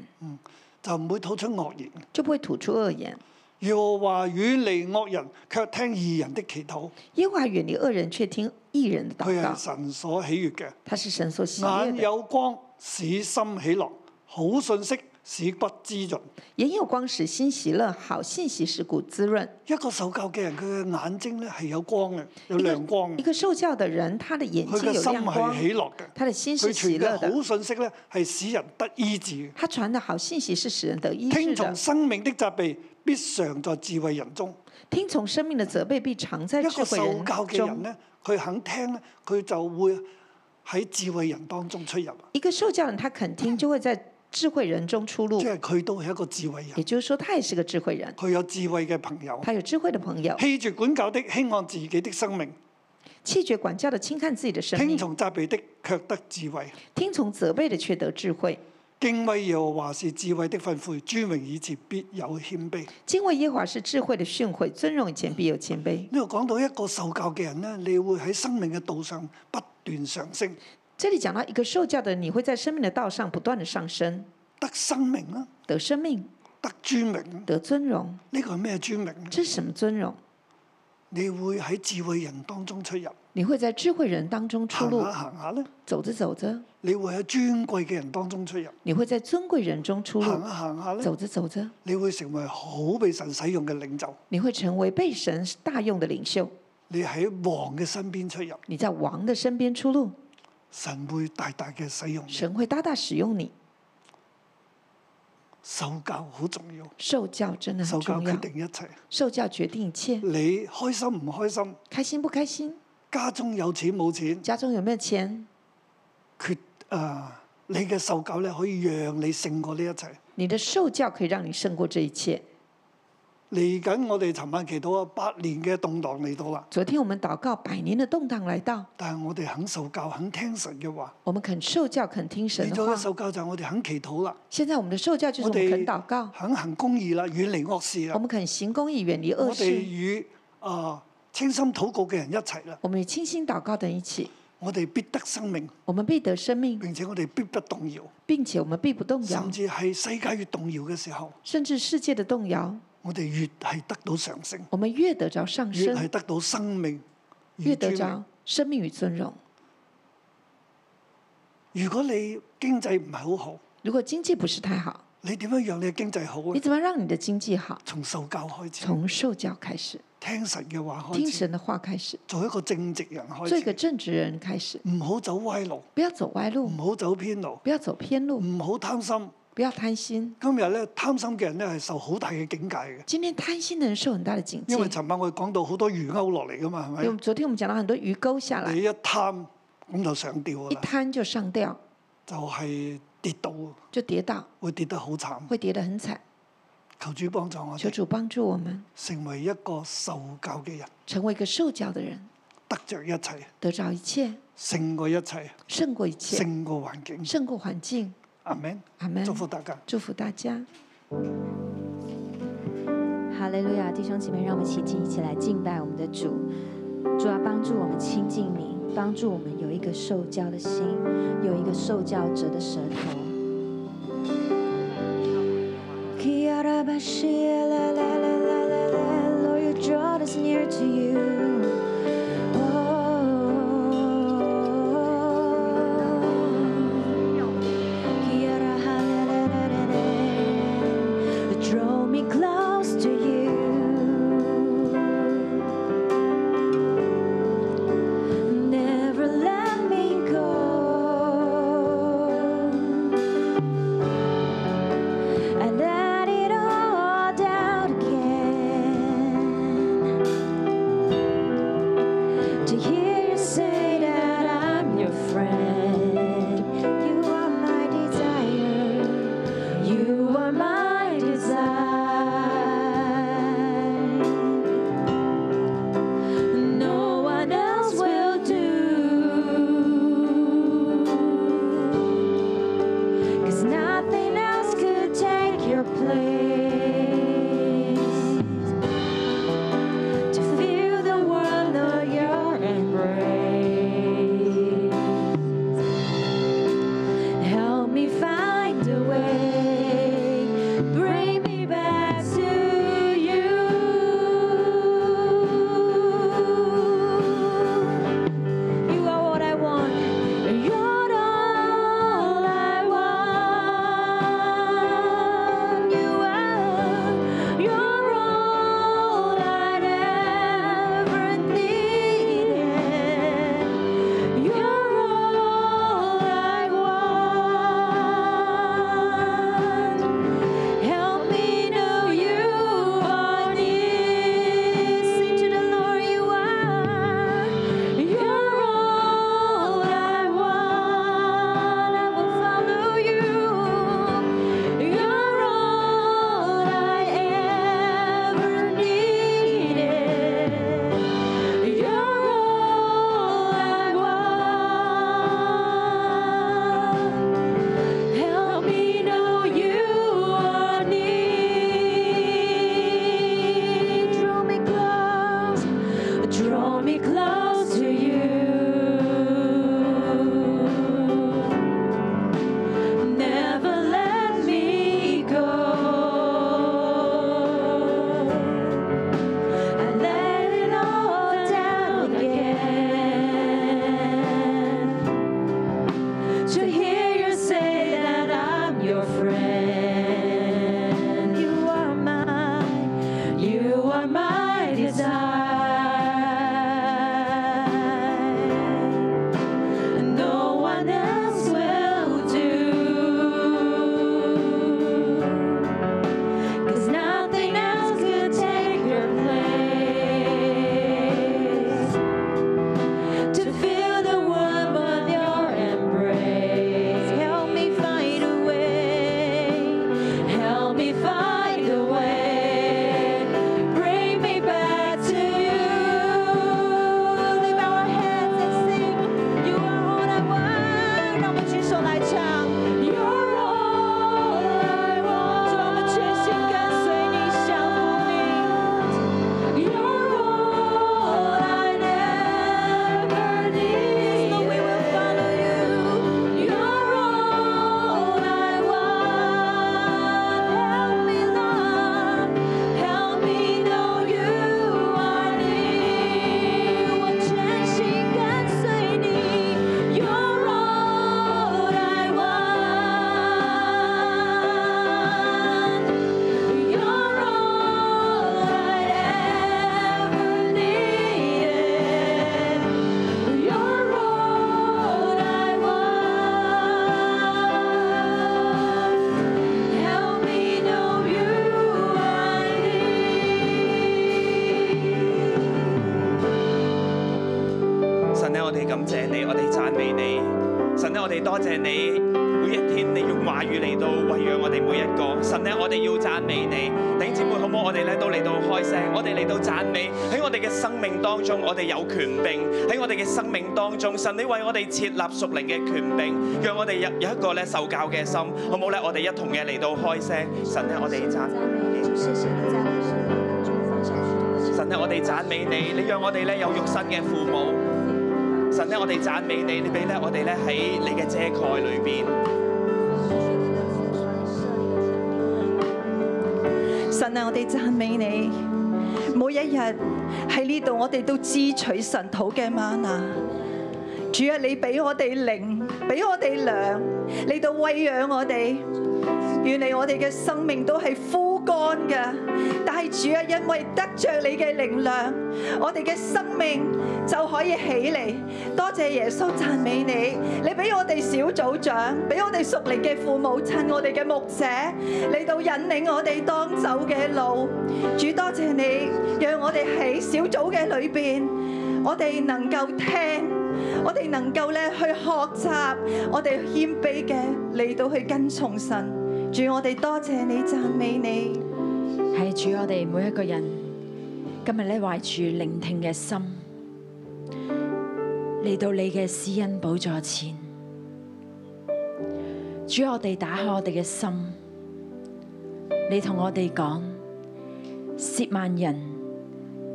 就唔會吐出惡言。
就不会吐出恶言。
耶和華遠離惡人，卻聽義人的祈禱。
耶和华远离恶人，却听一人的
佢
祷
係
告。
神所喜悦嘅。
他是神所喜悦
眼
的，
有光，使心喜樂；好信息，使骨滋潤。
眼有光使心喜乐，好信息使骨滋润。
一個受教嘅人，佢嘅眼睛咧係有光嘅，有亮光
一
嘅。
个受教的人，他的眼
佢
睛
嘅
有
心
亮光
係，喜樂嘅，
他的心
佢
是
傳
喜乐
嘅
的。
好信息咧係使人得醫治嘅。
他传的好信息是使人得医治
聽
的
從。生命的責備，必常在智慧人中。
听从生命的责备，必藏在
一
智
個
慧
受
人
教嘅人
中。
咧，佢肯聽咧，佢就會喺智慧人當中出入。啊
一个受教人，他肯听，就会在智慧人中出路
即。係佢都係一個智慧人，
也就是说，他也是个智慧人，
佢有智慧嘅朋友。
他有智慧的朋友。
棄絕管教的，輕看自己的生命。
弃绝管教的，轻看自己的生
聽
命；
從責備的卻得智慧，
听从责备的，却得智慧。
敬畏耶和華是智慧的訓誨，尊榮以前必有謙卑。
敬畏耶和华是智慧的训诲，尊荣以前必有谦卑。
呢度講到一個受教嘅人呢，你會喺生命嘅道上不斷上升，
这里讲到一个受教的人，你会在生命的道上不断的上升，
得生命啦，
得生命，
得尊名啦。
得尊荣。
呢個係咩尊名呢？
这是什么尊荣？
你會喺智慧人當中出入，
你会在智慧人当中出
行
路
下，行下呢，
走着走着，
你會喺尊貴嘅人當中出入，
你会在尊贵人中出
行
路，
下行下呢，
走着走着，
你會成為好被神使用嘅領袖。
你会成为被神大用的领袖。
你喺王嘅身邊出入，
你在王的身边出路，
神會大大嘅使用你。
神会大大使用你。
受教好重要。
受教真的
受
很
教
重
決
要，
定一切。
受教决定一切，
你開心唔開心，
开心不开心，
家中有錢冇錢，
家中有没有钱，
決誒、啊你嘅受教咧可以讓你勝過呢一切。
你的受教可以讓你勝過這一切。
嚟緊我哋尋晚祈禱啊，八年嘅動盪嚟到啦，
昨天我們禱告，百年的動盪來到，
但係我哋肯受教，肯聽神嘅話。
我們肯受教，肯聽神
變
的
咗嘅
話。
受教就係我哋肯祈禱啦，
現在我們的受教就
我
是我們
哋
肯禱告，
肯行公義啦，遠離惡事
我
啦，
們肯行公義，遠離惡
我哋
事，
與啊清心禱告嘅人一齊啦，
我們與清心禱告的人一起，
我哋必得生命，
我們必得生命，
並且我哋必不動搖，
並且我們必不動搖
甚，至係世界越動搖嘅時候，
甚至世界的動搖，
我哋越係得到上升，
我們越得着上
越哎
升，
係得到生命，
越
與
得
尊榮
着生命與尊榮。
如果你經濟唔係好好，
如果經濟不是太好，
你點樣讓你嘅經濟好
你
咧？
怎麼讓你的經濟好？
從受教開始，
從受教開始，
聽神嘅話
聽
開始，
神的話開始，
做一個正直人開
做一個
始，
正直人開始，
唔好走歪路，
不要走歪路
唔，好走偏路，
不要走偏路，
唔好貪心。
不要貪心。
今日咧貪心嘅人咧係受好大嘅警戒嘅，
今天貪心的人受很大的警戒，
因為
因
尋晚我哎哋講到好多魚鈎落嚟噶嘛，
為我
係
們昨天我們講到很多魚鈎下
咪？
來，
你一貪咁就上吊
一
㗎啦，
貪就上吊，
就係、跌到，
就跌倒，
會跌得好慘。
會跌得很慘。
求主幫助我
求
哋
主幫助我們
成為一個受教嘅人，
成為一個受教的人，
得着一切，
得着一切，
勝過一切，
勝過一切，
勝過環境。
勝過環境。
阿 m
阿門。
祝福大家。
祝福大家。
哈利路亚，弟兄姐妹，让我们齐起一起来敬拜我们的主。主啊，帮助我们亲近你，帮助我们有一个受教的心，有一个受教者的舌头。Lord, you draw us near to you. Oh. Draw me close to you. Never let me go. I let it all down again. To hear you say that I'm your friend, you are my desire. You are my desire. No one else will do. Cause nothing else could take your place. To feel the world of your embrace. Help me find a way. Bring me back to you. You are what I want. You're all I want. You are. You're all I ever needed. You're all I want. Help me know you are near. Sing to the Lord, you are. You're all I want. I will follow you. You're all I ever needed. You're all I want. Help me know you are near. Draw me close, draw me close to you. Never let me go. I let it all down again To hear you say that I'm your friend You are mine You are my desire No one else will do Cause nothing else could take your place. To feel the warmth of your embrace.
謝你，啊我哋讚美你。神啊咧，我哋多謝你，每一天你用話語嚟到餵養我哋每一個。神咧，我哋要讚美你。弟兄姊妹，好唔好？我哋咧都嚟到開聲，我哋嚟到讚美。喺我哋嘅生命當中，我哋有權柄；喺我哋嘅生命當中，神你為我哋設立屬靈嘅權柄，讓我哋有有一個咧受教嘅心，好唔好咧？我哋一同嘅嚟到開聲。神啊咧，我哋讚美你。
谢谢你赞美神，帮助放下许多的
神啊咧，我哋讚美你，你讓我哋咧有肉身嘅父母。神啊咧，我哋讚美你，你俾咧我哋咧喺你嘅遮蓋裏邊。
神啊，我哋赞美你。每一日喺呢度，我哋都支取神土嘅 mana。主啊，你俾我哋靈，俾我哋糧，嚟到喂養我哋。原嚟我哋嘅生命都係枯乾嘅，但係主啊，因為得着你嘅靈量，我哋嘅生命就可以起嚟。多謝耶穌讚美你，你俾我哋小組長，俾我哋屬靈嘅父母親，我哋嘅牧者嚟到引領我哋當走嘅路。主多謝你，讓我哋喺小組嘅裏邊，我哋能夠聽。我哋能夠咧去學習，我哋謙卑嘅嚟到去跟從神。主，我哋多謝你，讚美你。
係主，我哋每一個人今日咧懷住聆聽嘅心，嚟到你嘅施恩寶座前。主，我哋打開我哋嘅心，你同我哋講：涉萬人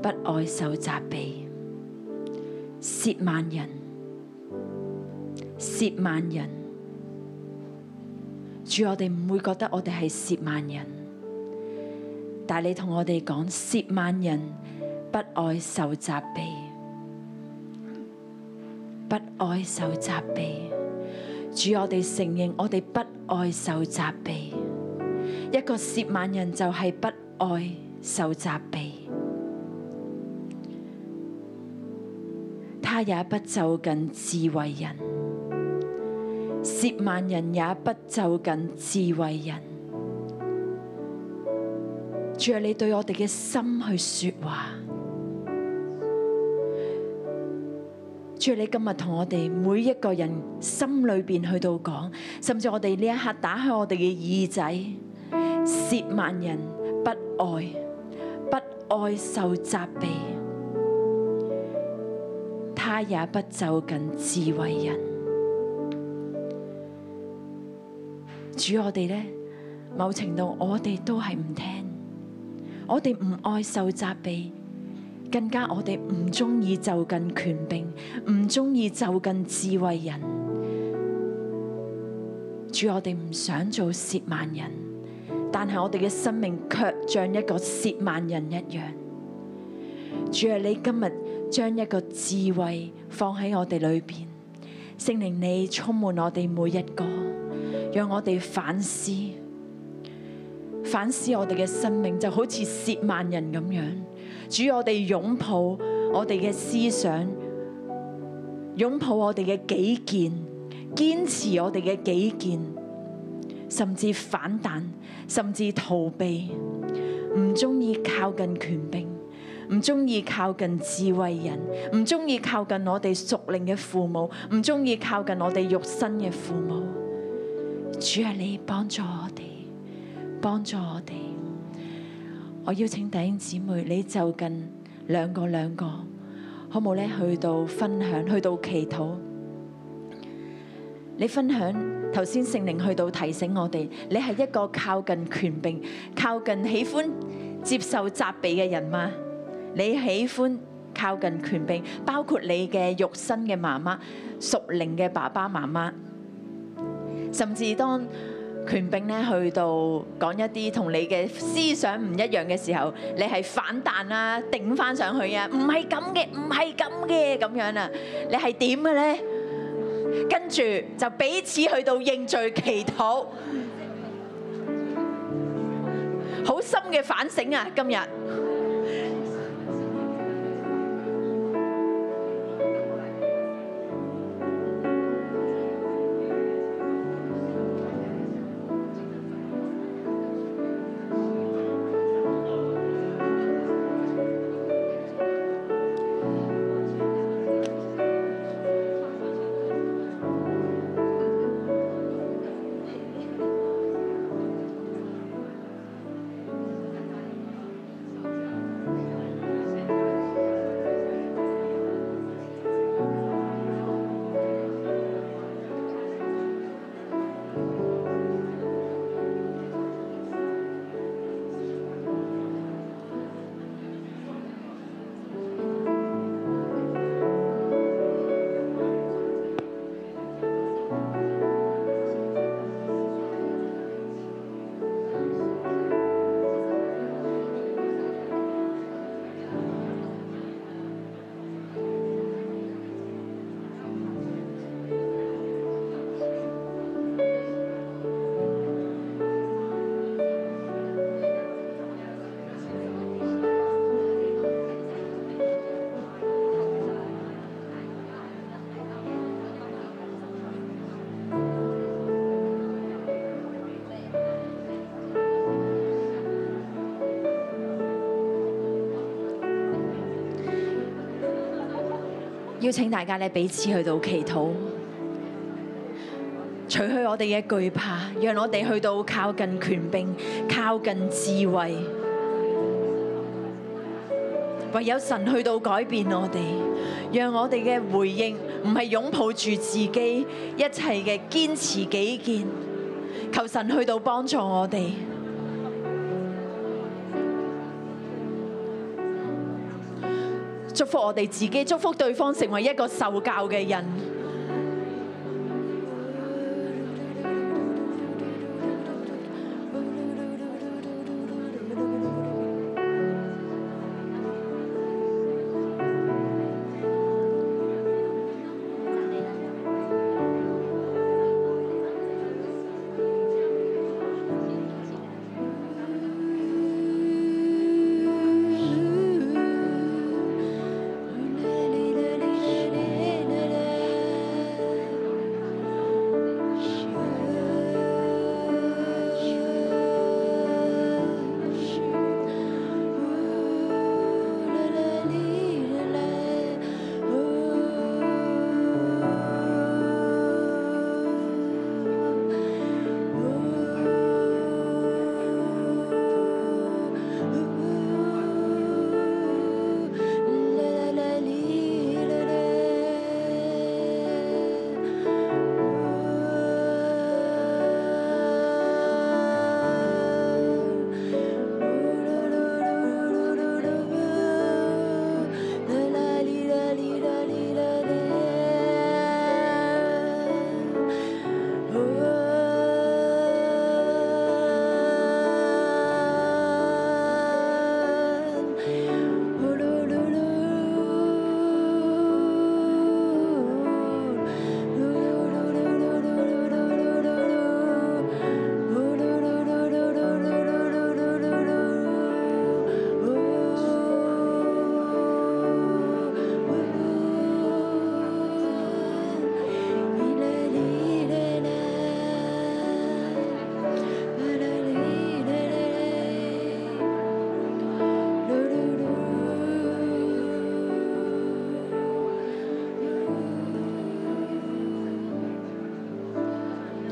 不愛受責備，涉萬人，涉萬人。主，我哋唔會覺得我哋係涉萬人。但你同我哋講，涉萬人不愛受責備，不愛受責備。主，我哋承認我哋不愛受責備。一個涉萬人就係不愛受責備。他也不就近智慧人，涉萬人也不就近智慧人。主啊，你對我哋嘅心去说話。主啊，你今日同我哋每一個人心裏边去到講，甚至我哋呢一刻打開我哋嘅耳仔，涉萬人不愛，不愛受責備，他也不就近智慧人。主，我哋呢，某程度我哋都係唔聽。我哋唔愛受責備，更加我哋唔中意就近權柄，唔中意就近智慧人。主，我哋唔想做涉萬人，但係我哋嘅生命卻像一個涉萬人一樣。主啊，你今日將一個智慧放喺我哋裏邊，聖靈你充滿我哋每一個，讓我哋反思。反思我哋嘅生命，就好似涉萬人咁樣。主，我哋擁抱我哋嘅思想，擁抱我哋嘅己見，堅持我哋嘅己見，甚至反彈，甚至逃避，唔中意靠近權柄，唔中意靠近智慧人，唔中意靠近我哋屬靈嘅父母，唔中意靠近我哋肉身嘅父母。主啊，你幫助我哋。幫助我哋。我邀請弟兄姊妹，你就近兩個兩個，好冇咧？去到分享，去到祈禱。你分享頭先聖靈去到提醒我哋，你係一個靠近權柄、靠近喜歡接受責備嘅人嘛？你喜歡靠近權柄，包括你嘅肉身嘅媽媽、屬靈嘅爸爸媽媽。甚至當權柄咧去到講一啲同你嘅思想唔一樣嘅時候，你係反彈啦、頂翻上去啊，唔係咁嘅，唔係咁嘅咁樣啊，你係點嘅咧？跟住就彼此去到認罪祈禱，好深嘅反省啊！今日邀請大家咧彼此去到祈禱，除去我哋嘅懼怕，讓我哋去到靠近權柄，靠近智慧。唯有神去到改變我哋，讓我哋嘅回應唔係擁抱住自己一切嘅堅持己見，求神去到幫助我哋。祝福我哋自己，祝福對方成為一個受教嘅人。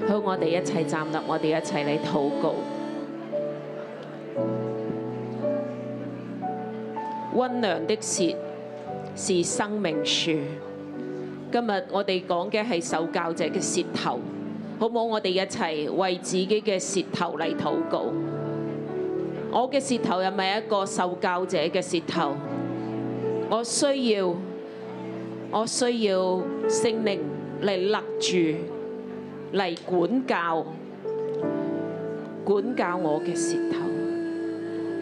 好，我哋一齊站立，我哋一齊嚟禱告。温良的舌是生命樹。今日我哋講嘅係受教者嘅舌頭，好唔好？我哋一齊為自己嘅舌頭嚟禱告。我嘅舌頭係咪一個受教者嘅舌頭？我需要，我需要聖靈嚟勒住。嚟管教、管教我嘅舌頭。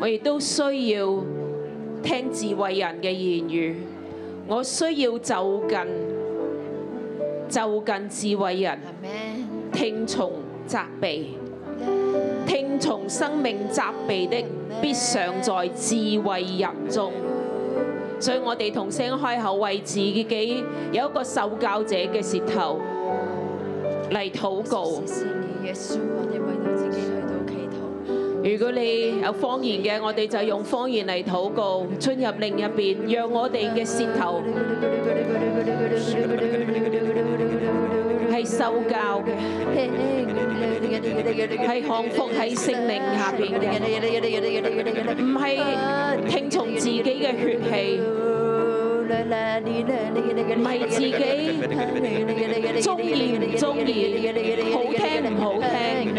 我亦都需要聽智慧人嘅言語，我需要就近、就近智慧人，聽從責備，聽從生命責備的，必常在智慧人中。所以我哋同聲開口，為自己有一個受教者嘅舌頭。嚟禱告。如果你有方言嘅，我哋就用方言嚟禱告，進入靈入邊，讓我哋嘅舌頭係受教嘅，係降服喺聖靈下邊嘅，唔係聽從自己嘅血氣，唔係自己中意唔中意，好聽唔好聽。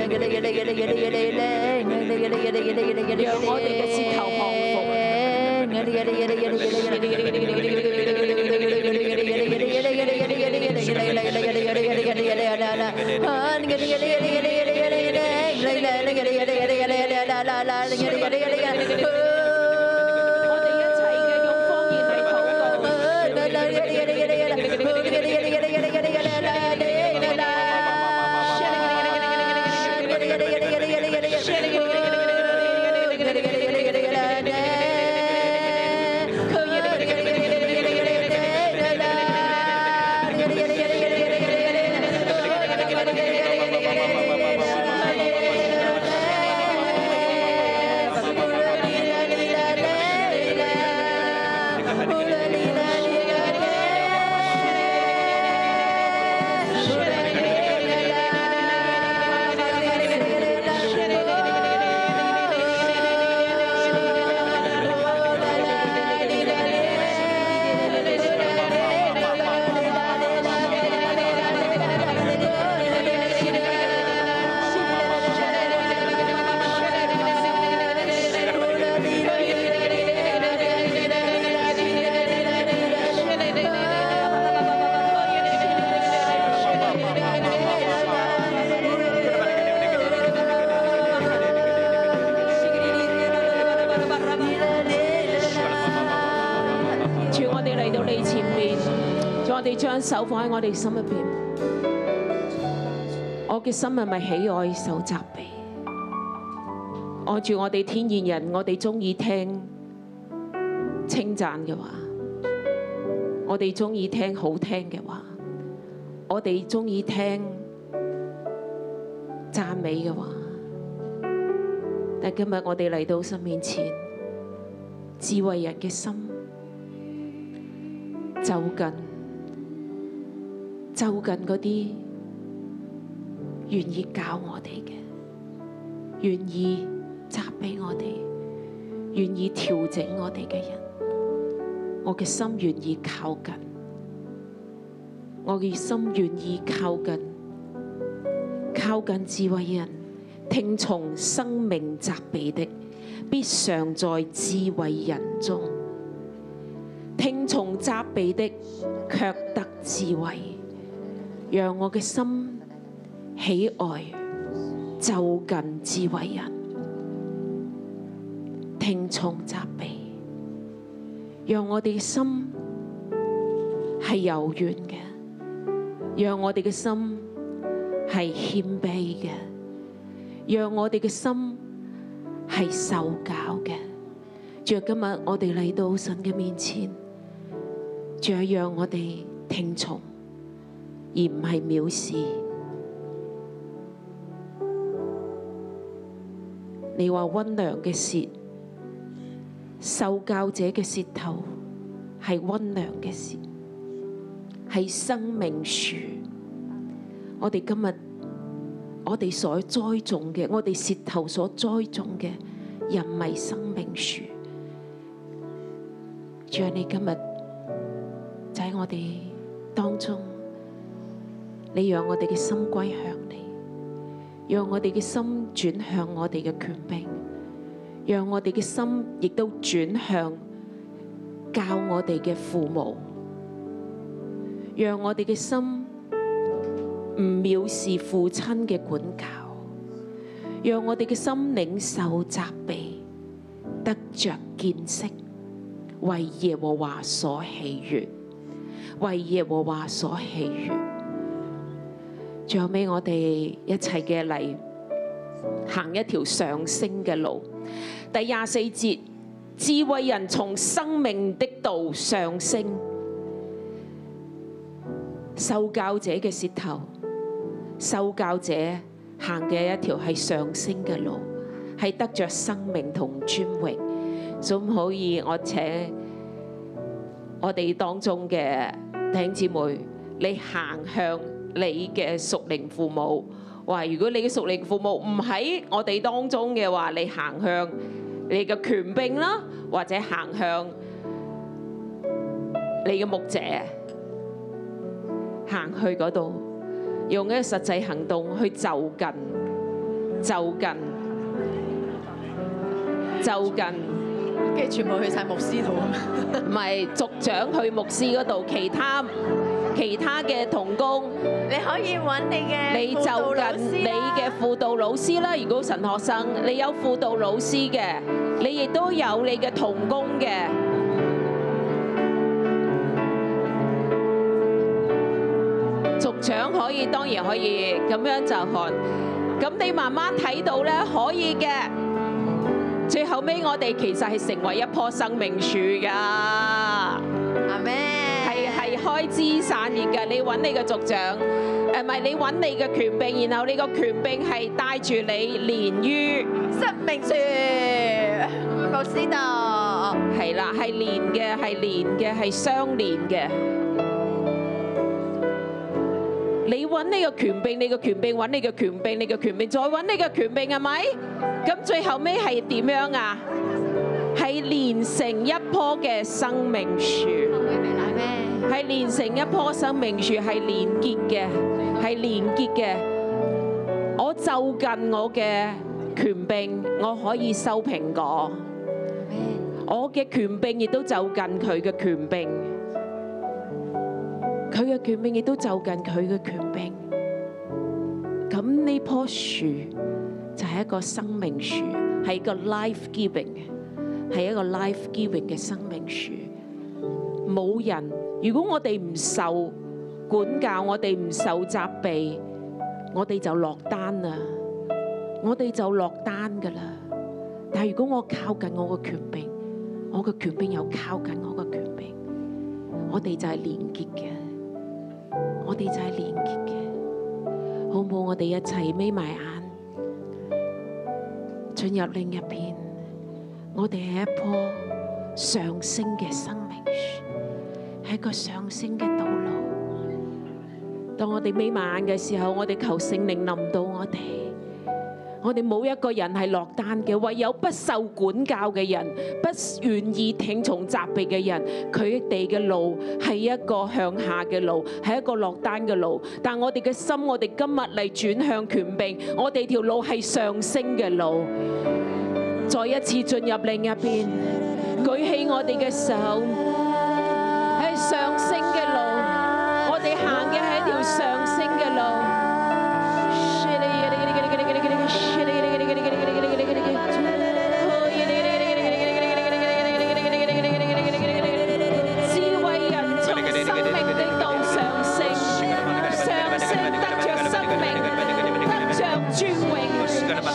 讓我哋嘅舌頭降服。我哋一齊嘅用方言嚟禱告。
Hallelujah.
我哋將手放喺我哋心入邊。我嘅心係咪喜愛受責備？按住我哋天然人，我哋中意聽稱讚嘅話，我哋中意聽好聽嘅話，我哋中意聽讚美嘅話。但今日我哋嚟到神面前，智慧人嘅心就近就近嗰啲願意教我哋嘅，願意責備我哋，願意調整我哋嘅人，我嘅心願意靠近，我嘅心願意靠近，靠近智慧人。聽從生命責備的，必常在智慧人中；聽從責備的，卻得智慧。讓我嘅心喜愛就近智慧人，聽從責備，讓我哋嘅心係柔軟嘅，讓我哋嘅心係謙卑嘅。讓我哋嘅心係受教嘅。主啊，今日我哋嚟到神嘅面前，主啊，讓我哋聽從，而唔係藐視。你話温良嘅舌，受教者嘅舌頭係温良嘅舌，係生命樹。我哋今日。我哋所栽種嘅，我哋舌頭所栽種嘅，人係生命樹。主啊，你今日就喺我哋當中，你讓我哋嘅心歸向你，讓我哋嘅心轉向我哋嘅權柄，讓我哋嘅心亦都轉向教我哋嘅父母，讓我哋嘅心。唔藐視父親嘅管教，讓我哋嘅心領受責備，得着見識，為耶和華所喜悅，為耶和華所喜悅。最後尾我哋一齊嘅嚟行一條上升嘅路。第廿四節，智慧人從生命的道上升，受教者嘅舌頭。受教者行嘅一條係上升嘅路，係得着生命同尊榮。所以唔可以，我請我哋當中嘅弟兄姊妹，你行向你嘅屬靈父母。話如果你嘅屬靈父母唔喺我哋當中嘅話，你行向你嘅權柄啦，或者行向你嘅牧者，行去嗰度。用一個實際行動去就近、就近、就近，
跟住全部去晒牧師度啊！
唔係族長去牧師嗰度，其他其他嘅童工，
你可以揾你嘅
你就
輔導老
近
師
你
啦
嘅輔導老師啦。如果神學生，你有輔導老師嘅，你亦都有你嘅童工嘅。族長可以，當然可以咁樣就看。咁你慢慢睇到咧，可以嘅。最後尾我哋其實係成為一棵生命樹㗎，
阿咩？
係係開枝散葉㗎。你揾你嘅族長，誒唔係你揾你嘅權柄，然後你個權柄係帶住你連於
生命樹，牧師度。
係啦，係連嘅，係連嘅，係相連嘅。你揾你嘅權柄，你嘅權柄揾你嘅權柄，你嘅權柄再揾你嘅權柄係咪？咁最後尾係點樣啊？係連成一棵嘅生命樹，
會未奶咩？
係連成一棵生命樹，係連結嘅，係連結嘅。我就近我嘅權柄，我可以收蘋果。我嘅權柄亦都就近佢嘅權柄，佢嘅權柄亦都就近佢嘅權柄。咁呢棵樹就係一個生命樹，係一個 life giving 嘅，係一個 life giving 嘅生命樹。冇人如果我哋唔受管教，我哋唔受責備，我哋就落單啦，我哋就落單噶啦。但係如果我靠近我嘅權柄，我嘅權柄又靠近我嘅權柄，我哋就係連結嘅，我哋就係連結嘅，好唔好？我哋一齊眯埋眼，進入另一邊，我哋係一棵上升嘅生命樹。喺個上升嘅道路。當我哋眯埋眼嘅時候，我哋求聖靈臨到我哋。我哋冇一個人係落單嘅，唯有不受管教嘅人，不願意聽從責備嘅人，佢哋嘅路係一個向下嘅路，係一個落單嘅路。但我哋嘅心，我哋今日嚟轉向權柄，我哋條路係上升嘅路。再一次進入另一邊，舉起我哋嘅手。係上升嘅路，我哋行嘅係一條上升嘅路。智慧人從生命的道上升，上升得着生命，得着尊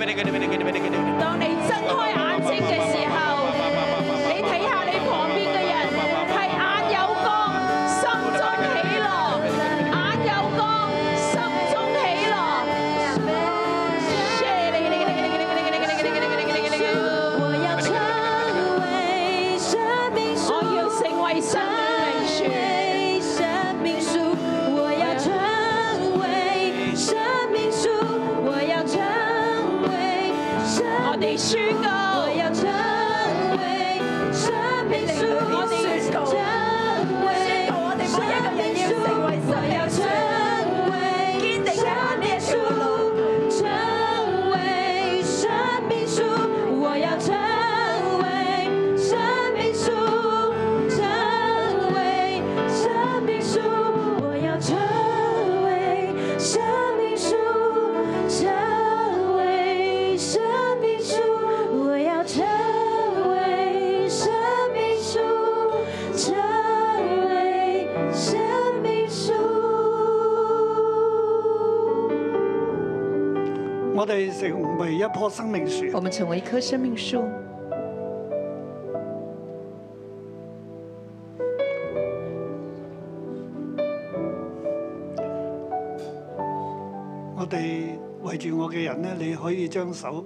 當你睜開眼睛嘅時候，你睇下你旁邊嘅人係眼有光，心中喜樂；眼有光，心中喜樂。我要成為生命樹，我要成為生命樹，我要成為生命樹，我要成為生命樹。我哋宣告，我要成為生命樹，我哋宣告，我哋每一個人要成為生命樹，堅定生命樹。成為生命樹，我要成為生命樹，成為生命樹，我要成為生命樹，成为生命树，我要成为生命树，成为生命树。
我哋成為一棵生命樹，
我们成为一棵生命树，
我哋圍住我嘅人咧，你可以將手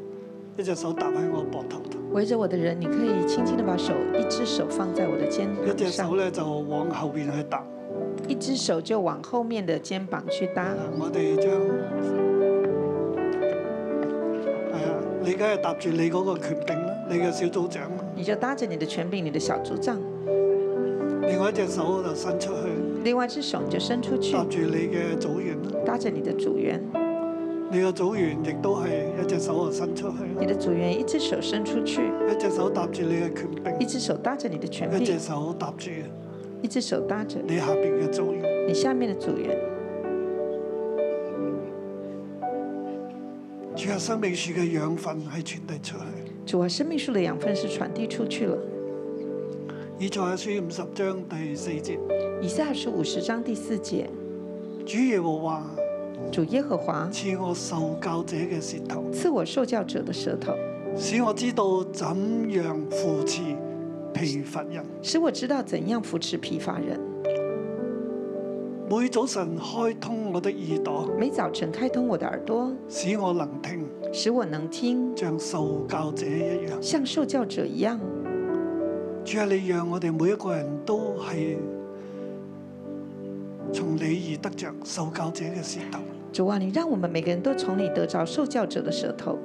一隻手搭喺我膊頭度，
围着我的人，你可以轻轻的把手，一只手放在我的肩
一
膀
隻
上
手，咧就往後邊去搭。
一只手就往后面的肩膀去搭。
我哋將係啊，你梗係搭住你嗰個權柄啦，你嘅小組長啦。
你就搭着你的权柄，你的小竹杖，
另外一隻手就伸出去，
另外一只手你就伸出去
搭，住你嘅組員啦。
搭着你的组员，
你嘅組員亦都係一隻手就伸出去啦，
你的组员一只手伸出去，
一隻手搭住你嘅權
一
柄，
只手搭着你的权
一隻
柄，
手搭住
一只手搭着
你下邊嘅組員。
你下面的组员。
主啊，生命樹嘅養分係傳遞出去。
主啊，生命树的养分是传递出去了。
以賽亞書五十章第四節，
以下是五十章第四节，
主耶和華
主耶和华
賜我受教者嘅舌頭，
赐我受教者的舌头，
使我知道怎樣扶持疲乏人。
使我知道怎样扶持疲乏人。
每早晨開通我的耳朵，
每早晨開通我的耳朵，
使我能聽，
使我能聽，
像受教者一樣。
像受教者一樣。
主啊，你讓我哋每一個人都係從你而得着受教者嘅舌頭，
主啊，你讓我們每個人都從你得着受教者的舌頭，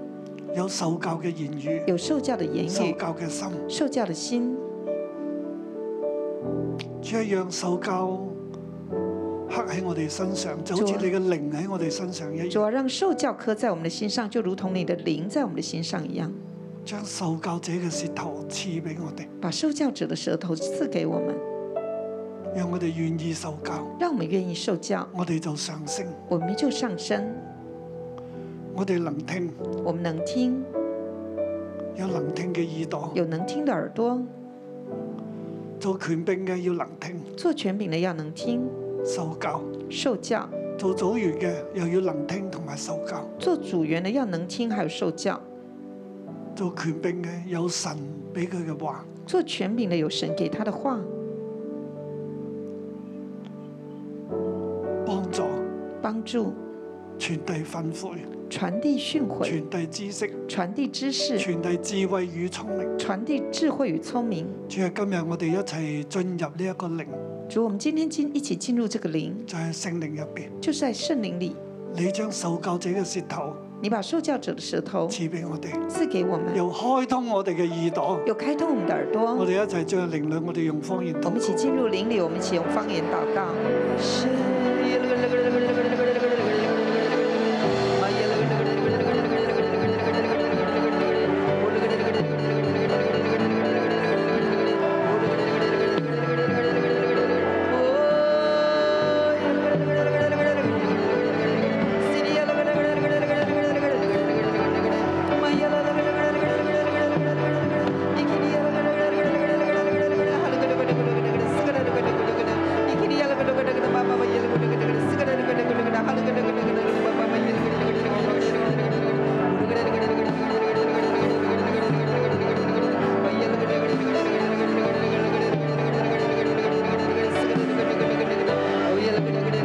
有受教嘅言語，
有受教的言
受
語，
教嘅心。
受教的心。
主啊，讓受教刻喺我哋身上，就好似
主啊
你嘅靈喺我哋身上一
主
樣，
啊，讓受教刻在我們的心上，就如同你的靈在我們的心上一樣，
將受教者嘅舌頭賜俾我哋，
把受教者的舌頭賜給我們，
讓我哋願意受教，
讓我們願意受教，
我哋就上升，
我們就上升。
我哋能聽，
我們能聽，
有能聽嘅耳朵，
有能聽的耳朵，
做權柄嘅要能聽，
做權柄的要能聽，
受教；
受教；
做組員嘅又要能聽同埋受教，
做組員的要能聽，還有受教；
做權柄嘅有神俾佢嘅話，
做權柄的有神給他的話
幫助
幫助，
傳遞訓誨、
傳遞訓誨，
傳遞知識、
傳遞知識，
傳遞智慧與聰明。
傳遞智慧與聰明。
主啊，今日我哋一齊進入呢一個靈，
主，我們今天進一起進入這個靈，
就係聖靈入邊。
就是在聖靈裡，
你將受教者嘅舌頭
你把受教者的舌頭
賜俾我哋，
賜給我們，
又開通我哋嘅耳朵。
有開通我們的耳
我
朵。
哋一齊進入靈裏，我哋用方言
我
禱
們一起進入靈裡，我們一起用方言禱告。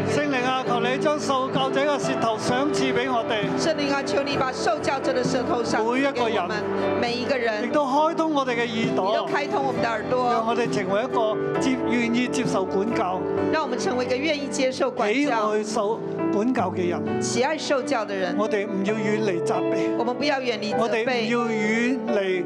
聖靈啊，求你將受教者嘅舌頭賞賜俾我哋，
圣灵啊，求你把受教者的舌头上
每一個人
给我们每一个人
亦，都開通我哋嘅耳
你都
朵，
开通我们的耳
讓
朵，
我哋成為一個接願意接受管教、
让我们成为一个愿意接受管
喜
教、
愛受管教嘅人。
喜愛受教的人。
我哋唔要遠離責備，
我们不要远离责
我哋唔
备，
要遠離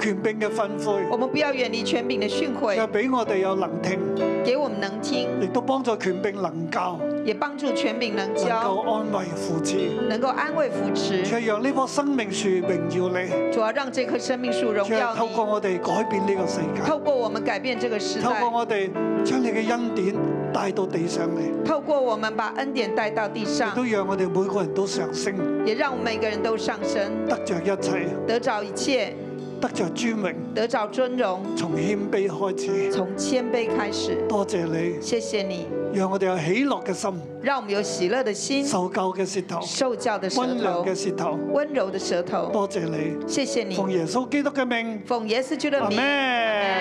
權柄嘅訓
我
悔，
们不要远离权柄的训
又
诲，
俾我哋有能聽。
给我们能听，
亦都幫助權柄能教，能
也帮助权柄能
夠
教，
安慰扶持，
能够安慰扶持。
卻讓呢棵生命樹榮耀你，
主要让这棵生命树荣
卻
耀
透過
你，
我哋改變呢個世界，
透過我们改变这个时
透
代，
過我哋將你嘅恩典帶到地上嚟，
透過我们把恩典带到地
亦都
上，
讓我哋每個人都上升，
也让我们每个人都上升，
得着一切，
得着一切，
得着尊榮，
得着尊荣，
從謙卑開始。
从谦卑开始。
多謝你，
谢谢你，
讓我哋有喜樂嘅心，
让我们有喜乐的心，
受教嘅舌頭，
受教的舌
温良
头
嘅，舌頭。
温柔的舌头。
多謝你，
谢谢你，
奉耶穌基督嘅命，
奉耶稣基督
阿
的名。
咩？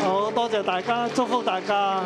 好多謝大家，祝福大家。